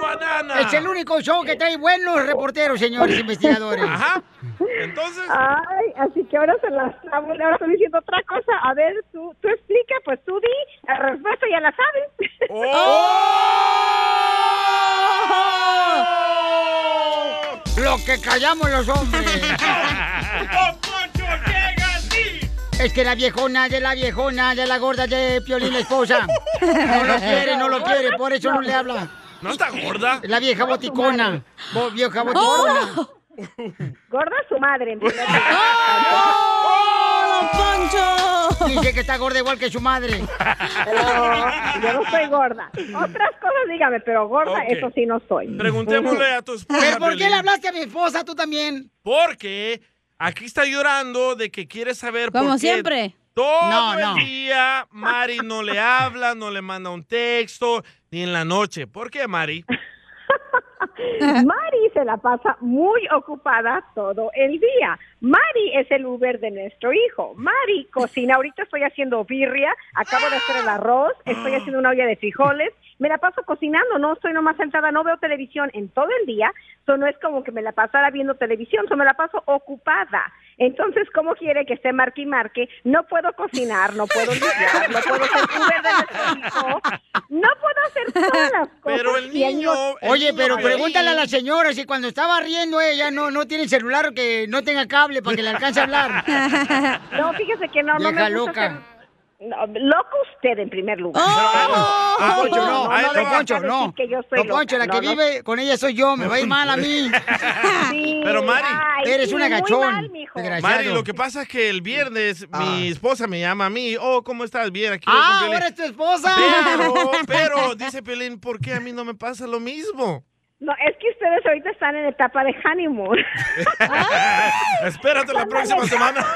C: banana!
A: Es el único show que trae buenos reporteros,
C: [LAUGHS]
A: señores investigadores.
C: Ajá. Entonces.
V: Ay, así que ahora se las saben, ahora estoy diciendo otra cosa. A ver, tú, tú explica, pues tú di, la respuesta ya la sabes.
A: ¡Oh! Lo que callamos los
C: [LAUGHS]
A: hombres. Es que la viejona de la viejona de la gorda de Piolín, la esposa. No lo quiere, no lo quiere, por eso no le habla.
C: ¿No está gorda?
A: La vieja boticona. Bo- vieja boticona.
V: ¡Oh! Gorda su madre. ¡Oh, en primer
A: [LAUGHS]
V: lugar.
A: Oh. Dice que está gorda igual que su madre.
V: Pero yo no soy gorda. Otras cosas dígame, pero gorda,
C: Ok.
V: eso sí no soy.
C: Preguntémosle a tu esposa.
A: ¿Pero por qué
C: Piolín.
A: le hablaste a mi esposa tú también?
C: Porque aquí está llorando de que quiere saber por
A: Como
C: qué
A: siempre.
C: Todo
A: No, no.
C: el día Mari no le habla, no le manda un texto, ni en la noche. ¿Por qué,
A: [LAUGHS]
C: Mari?
V: Mari se la pasa muy ocupada todo el día. Mari es el Uber de nuestro hijo. Mari cocina. Ahorita estoy haciendo birria, acabo de hacer el arroz, estoy haciendo una olla de frijoles. Me la paso cocinando, no estoy nomás sentada, no veo televisión en todo el día. Eso no es como que me la pasara viendo televisión, so me la paso ocupada. Entonces, ¿cómo quiere que esté marque y marque? No puedo cocinar, no puedo
B: [LAUGHS]
V: limpiar, no puedo ser Uber de nuestro hijo. No puedo hacer todas
A: [LAUGHS]
V: las cosas. y al mismo
A: Oye,
V: tiempo-
A: pero pregúntale a la señora si cuando estaba riendo ella no, no tiene celular que no tenga cable para que le alcance a hablar.
V: [LAUGHS] No, fíjese que no, no me
A: Vieja
V: gusta
A: loca.
V: ser- no, loco usted en primer lugar.
A: Ah, Poncho, no,
V: no,
A: don
V: venga
A: Poncho,
V: acá a
A: no.
V: decir que yo soy
A: Don Poncho, la
V: loca.
A: que
V: No, no.
A: vive con ella soy yo, me va a ir mal a [LAUGHS] mí.
V: Sí,
C: Pero, Mari,
V: ay,
A: eres
V: sí,
A: una
V: muy
A: gachón.
V: mal, mijo.
C: Mari, lo que pasa es que el viernes mi esposa me llama a mí. Oh, ¿cómo estás? Bien, aquí. voy con
A: Ah,
C: Piolín".
A: ahora es tu esposa. [LAUGHS]
C: Pero, pero, dice Pelín, ¿por qué a mí no me pasa lo mismo?
V: No, es que ustedes ahorita están en etapa de
A: [LAUGHS]
V: honeymoon.
C: Espérate la próxima semana.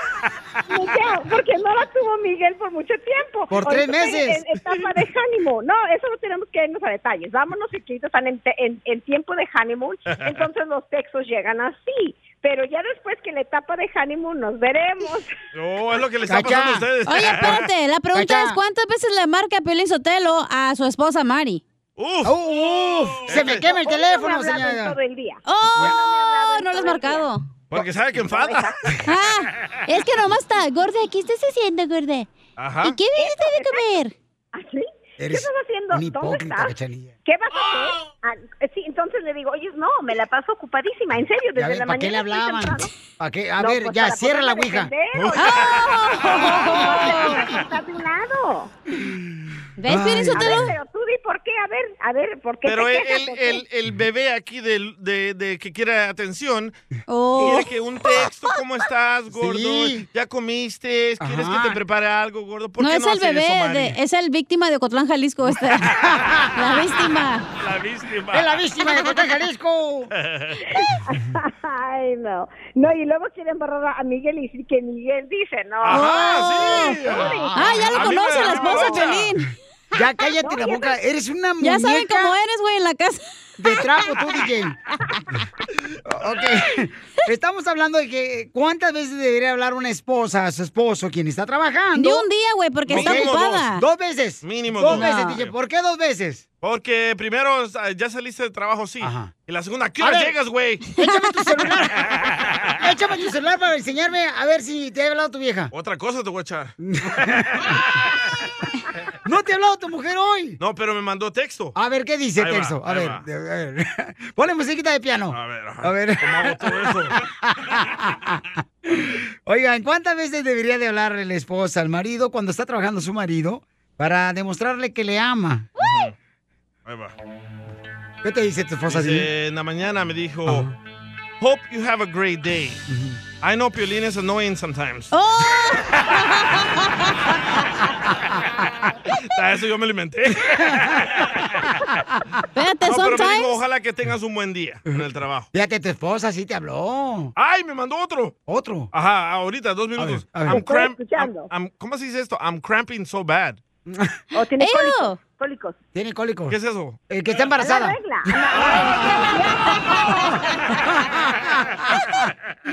V: Miguel, porque no la tuvo Miguel por mucho tiempo.
C: Por tres
V: Ahorita están
C: meses.
V: En etapa de honeymoon. No, eso no tenemos que irnos a detalles. Vámonos que ahorita están en, te- en- en tiempo de honeymoon, entonces los textos llegan así. Pero ya después que en la etapa de honeymoon nos veremos.
C: No, es lo que le está pasando a ustedes.
D: Oye, espérate, la pregunta
C: Cacha.
D: es ¿cuántas veces le marca Piolín Sotelo a su esposa Mari?
C: ¡Uf!
A: Se me quema el
V: Hoy no me ha
A: teléfono,
V: hablado en
A: señora.
V: todo el día.
D: ¡Oh! No lo has marcado.
C: [LAUGHS] Porque sabe que
D: [LAUGHS]
C: enfada.
D: Ah, es que nomás está, gorda, ¿qué estás haciendo, gorda?
C: Ajá.
D: ¿Y qué viniste de comer?
V: ¿Qué estás haciendo? ¿Dónde estás? ¿Qué vas a hacer? Ah, sí, entonces le digo, oye, no, me la paso ocupadísima, en serio,
A: Ya
V: desde
A: ven,
V: la
A: ¿Para
V: mañana.
A: qué le
V: estoy
A: hablaban?
V: temprano.
A: ¿Para qué? A
V: No,
A: ver,
V: pues,
A: ya,
V: para
A: cierra la
V: poderme
A: ouija.
V: defender,
A: [LAUGHS]
V: oiga. [LAUGHS] Está de un lado.
C: ¿Ves, Ay. Piolín Sotelo?
V: A ver, pero tú di por qué, a ver, a ver, ¿por qué
C: Pero
V: te
C: el,
V: quejas,
C: el,
V: o qué?
C: el- el bebé aquí del- de, de que quiere atención
D: Oh.
C: quiere que un texto, ¿cómo estás, gordo?
D: Sí.
C: ¿Ya comiste? ¿Quieres
D: Ajá.
C: que te prepare algo, gordo? ¿Por
D: No
C: qué
D: es el
C: hacen
D: bebé,
C: eso, Mari?
D: de- es el víctima de Cotlán, Jalisco.
A: [LAUGHS]
D: Este. la víctima.
C: La víctima.
A: Es la víctima de Cotlán, Jalisco.
V: [LAUGHS] Ay, no. No, y luego quieren borrar a Miguel y decir que Miguel dice, no.
A: Ajá, sí.
V: Sorry.
A: Ah, ya lo A mí me conoce la la esposa,
D: Pelín.
A: Ya cállate la boca, eres una muñeca.
D: Ya saben cómo eres, güey, en la casa.
A: de trapo tú, DJ. Ok. Estamos hablando de que cuántas veces debería hablar una esposa a su esposo quien está trabajando.
D: Ni un día, güey, porque está
A: Ok.
D: ocupada.
A: Dos, veces.
C: Mínimo
A: dos.
C: dos.
A: veces,
C: No.
A: DJ. ¿Por qué dos veces?
C: Porque primero ah, ya saliste de trabajo, sí. Y la segunda, ¿qué
A: A
C: hora
A: ver.
C: llegas, güey?
A: Échame tu celular. Échame tu celular para enseñarme a ver si te ha hablado tu vieja.
C: Otra cosa te voy a echar.
A: [LAUGHS] No te ha hablado tu mujer hoy.
C: No, pero me mandó texto.
A: A ver, ¿qué dice
C: Ahí va,
A: texto? a,
C: ahí
A: ver,
C: va.
A: a ver. Ponle musiquita de piano. A ver, a ver. [LAUGHS] Oigan, ¿cuántas veces debería de hablar la esposa al marido cuando está trabajando su marido para demostrarle que le ama?
C: Ahí va.
A: ¿Qué te dice tu esposa?
C: Dice,
A: Divi?
C: en la mañana me dijo, hope you have a great day. I know Piolín is annoying sometimes.
A: Oh.
F: [LAUGHS]
C: A Ah, eso yo me
A: [LAUGHS]
C: alimenté.
D: Espérate,
C: no, pero me
D: sometimes.
C: dijo, ojalá que tengas un buen día en el trabajo.
A: Fíjate, tu esposa sí te habló.
C: ¡Ay, me mandó otro!
A: ¿Otro?
C: Ajá, ahorita, dos minutos.
A: a ver.
C: I'm
A: Estoy
C: cramp- I'm- I'm- ¿Cómo se dice esto? I'm cramping so bad.
V: ¿O tiene
C: ¡Ew!
D: oh.
V: cólicos? cólicos.
A: ¿Tiene cólicos?
C: ¿Qué es eso?
A: El que está
V: Es
A: embarazada.
V: la
A: [LAUGHS]
V: regla. La-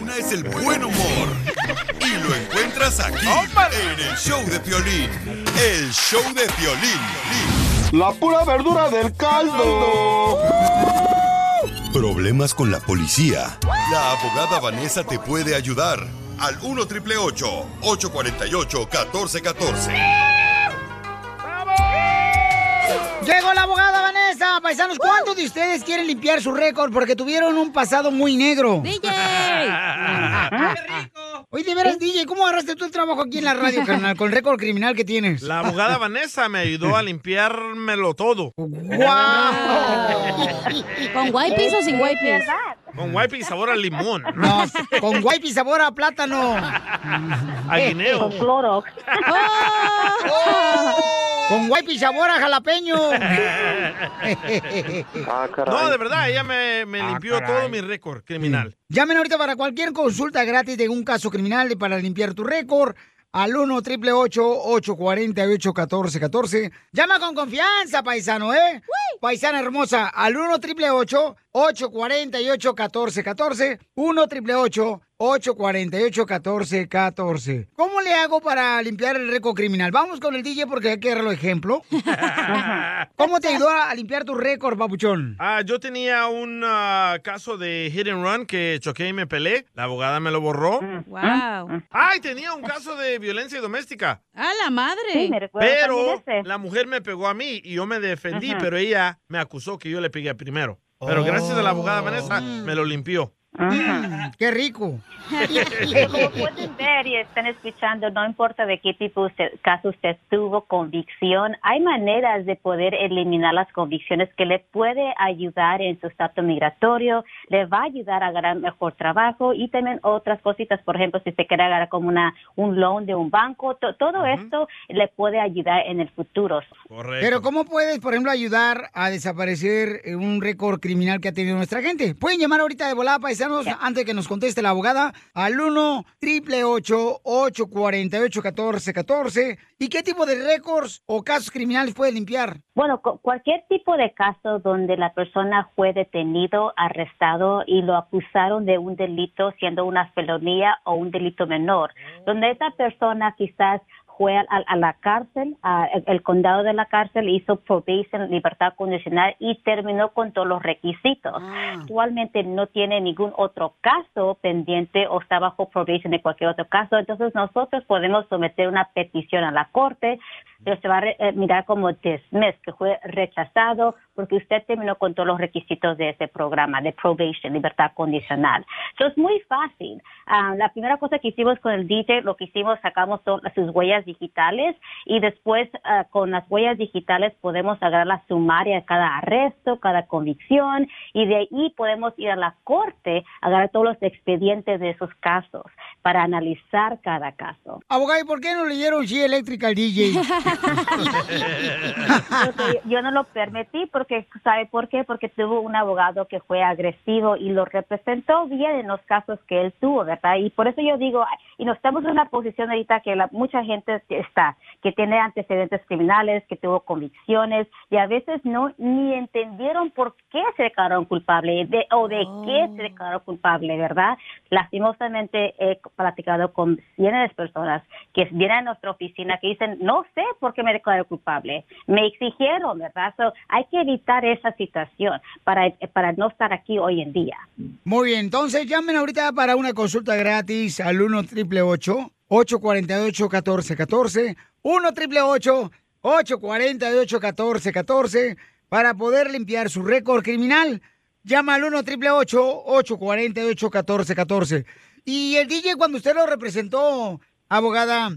F: Una es el buen humor. Y lo encuentras aquí, en el show de Piolín. El show de Piolín.
J: La pura verdura del caldo.
F: Problemas con la policía. La abogada Vanessa te puede ayudar. Al 1 triple 848 1414.
A: Llegó la abogada Vanessa. Paisanos, ¿cuántos de ustedes quieren limpiar su récord porque tuvieron un pasado muy negro? [LAUGHS] Oye, de veras, DJ, ¿cómo agarraste tú el trabajo aquí en la [LAUGHS] radio, carnal, con el récord criminal que tienes?
C: La abogada Vanessa me ayudó a limpiármelo todo.
D: [LAUGHS] ¿Con wipes o sin wipes?
C: Con wipe y sabor a limón.
A: [LAUGHS] No, con wipe y sabor a plátano.
C: A guineo. Con
A: cloro.
D: [LAUGHS]
A: ¡Oh!
D: Oh.
A: Con wipe y sabor a
C: [LAUGHS]
A: jalapeño. [LAUGHS]
C: No, de verdad, ella me,
A: Ah,
C: me limpió todo mi récord criminal.
A: Llamen ahorita para cualquier consulta gratis de un caso criminal para limpiar tu récord al 1 888 848 1414 Llama con confianza, paisano, ¿eh? Paisana hermosa, al 1 888 848 1414 1 888 848 1414 ¿Cómo le hago para limpiar el récord criminal? Vamos con el DJ porque hay que darle ejemplo. ¿Cómo te ayudó a limpiar tu récord, papuchón?
C: Ah, yo tenía un ah, caso de hit and run que choqué y me peleé. La abogada me lo borró.
V: Mm.
D: Wow.
C: Ay, tenía un caso de violencia doméstica.
D: ¡A la madre!
C: Pero la mujer me pegó a mí y yo me defendí,
D: Ajá.
C: pero ella me acusó que yo le pegué primero. Pero gracias a la abogada Vanessa me lo limpió.
A: Oh. Mm, ¡Qué
C: [LAUGHS]
A: rico! [LAUGHS]
O: [LAUGHS] Como pueden ver y están escuchando, no importa de qué tipo de caso usted tuvo convicción, hay maneras de poder eliminar las convicciones que le puede ayudar en su estatus migratorio, le va a ayudar a ganar mejor trabajo y también otras cositas, por ejemplo, si se quiere agarrar como una un loan de un banco, to- todo esto le puede ayudar en el futuro.
A: Pero ¿cómo puedes, por ejemplo, ayudar a desaparecer eh, un récord criminal que ha tenido nuestra gente? Pueden llamar ahorita de volada, paisanos, antes de que nos conteste la abogada, al 1 888 848 1414 ¿Y qué tipo de récords o casos criminales puedes limpiar?
O: Bueno, cu- cualquier tipo de caso donde la persona fue detenido, arrestado y lo acusaron de un delito siendo una felonía o un delito menor, donde esta persona quizás fue a, a- a la cárcel, a- el, el condado de la cárcel hizo probation, libertad condicional y terminó con todos los requisitos. Actualmente no tiene ningún otro caso pendiente o está bajo probation de cualquier otro caso, entonces nosotros podemos someter una petición a la corte pero se va a re- eh, mirar como dismissed, que fue rechazado porque usted terminó con todos los requisitos de ese programa de probation, libertad condicional. Eso es muy fácil. Ah, la primera cosa que hicimos con el DJ, lo que hicimos, sacamos to- sus huellas digitales y después ah, con las huellas digitales podemos agarrar la sumaria de cada arresto, cada convicción y de ahí podemos ir a la corte, agarrar todos los expedientes de esos casos para analizar cada caso.
A: Abogada, ¿y por qué no leyeron sí eléctrica al DJ?
O: Porque yo, yo no lo permití porque, ¿sabe por qué? Porque tuvo un abogado que fue agresivo y lo representó bien en los casos que él tuvo, ¿verdad? Y por eso yo digo, y nos estamos en una posición ahorita que la- mucha gente está, que tiene antecedentes criminales, que tuvo convicciones y a veces no ni entendieron por qué se declararon culpable de, o de qué se declaró culpable, ¿verdad? Lastimosamente he platicado con cientos de personas que vienen a nuestra oficina que dicen, no sé por qué me declaré culpable. Me exigieron, ¿verdad? So, hay que evitar esa situación para, para no estar aquí hoy en día.
A: Muy bien, entonces llamen ahorita para una consulta gratis al 1 triple 848 1414 1 triple 848 1414 para poder limpiar su récord criminal. Llama al 1 triple 848 1414 Y el DJ cuando usted lo representó, abogada,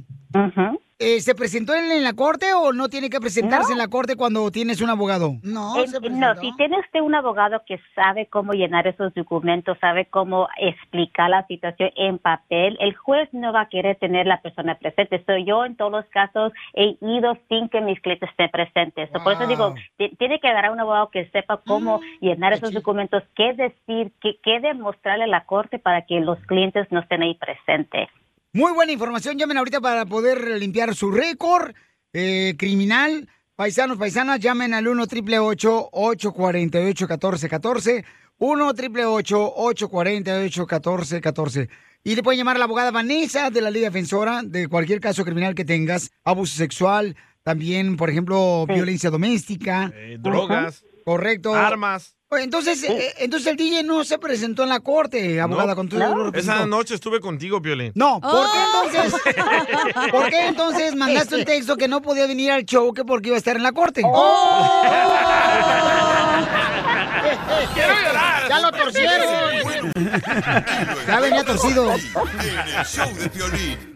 A: eh, ¿se presentó en, en la corte o no tiene que presentarse
O: No.
A: en la corte cuando tienes un abogado? No,
O: Eh, no, si tiene usted un abogado que sabe cómo llenar esos documentos, sabe cómo explicar la situación en papel, el juez no va a querer tener la persona presente. Soy yo en todos los casos he ido sin que mis clientes estén presentes. So, Por eso digo, ti- tiene que agarrar un abogado que sepa cómo llenar esos documentos, qué decir, qué, qué demostrarle a la corte para que los clientes no estén ahí presentes.
A: Muy buena información. Llamen ahorita para poder limpiar su récord eh, criminal. Paisanos, paisanas, llamen al 1 triple 848 1414 1 triple 848 1414 Y le pueden llamar a la abogada Vanessa de la Liga Defensora de cualquier caso criminal que tengas, abuso sexual, también, por ejemplo, violencia doméstica.
C: Eh, drogas.
A: Ajá. Correcto.
C: Armas.
A: Entonces, eh, entonces el DJ no se presentó en la corte, abogada,
C: No.
A: con tu
C: Esa noche estuve contigo, Piolín.
A: no, ¿por qué entonces? ¿Por qué entonces mandaste un texto que no podía venir al show que porque iba a estar en la corte?
B: Oh. ¡Quiero llorar!
A: ¡Ya lo torcieron! Ya venía torcido.
F: En el show de Piolín.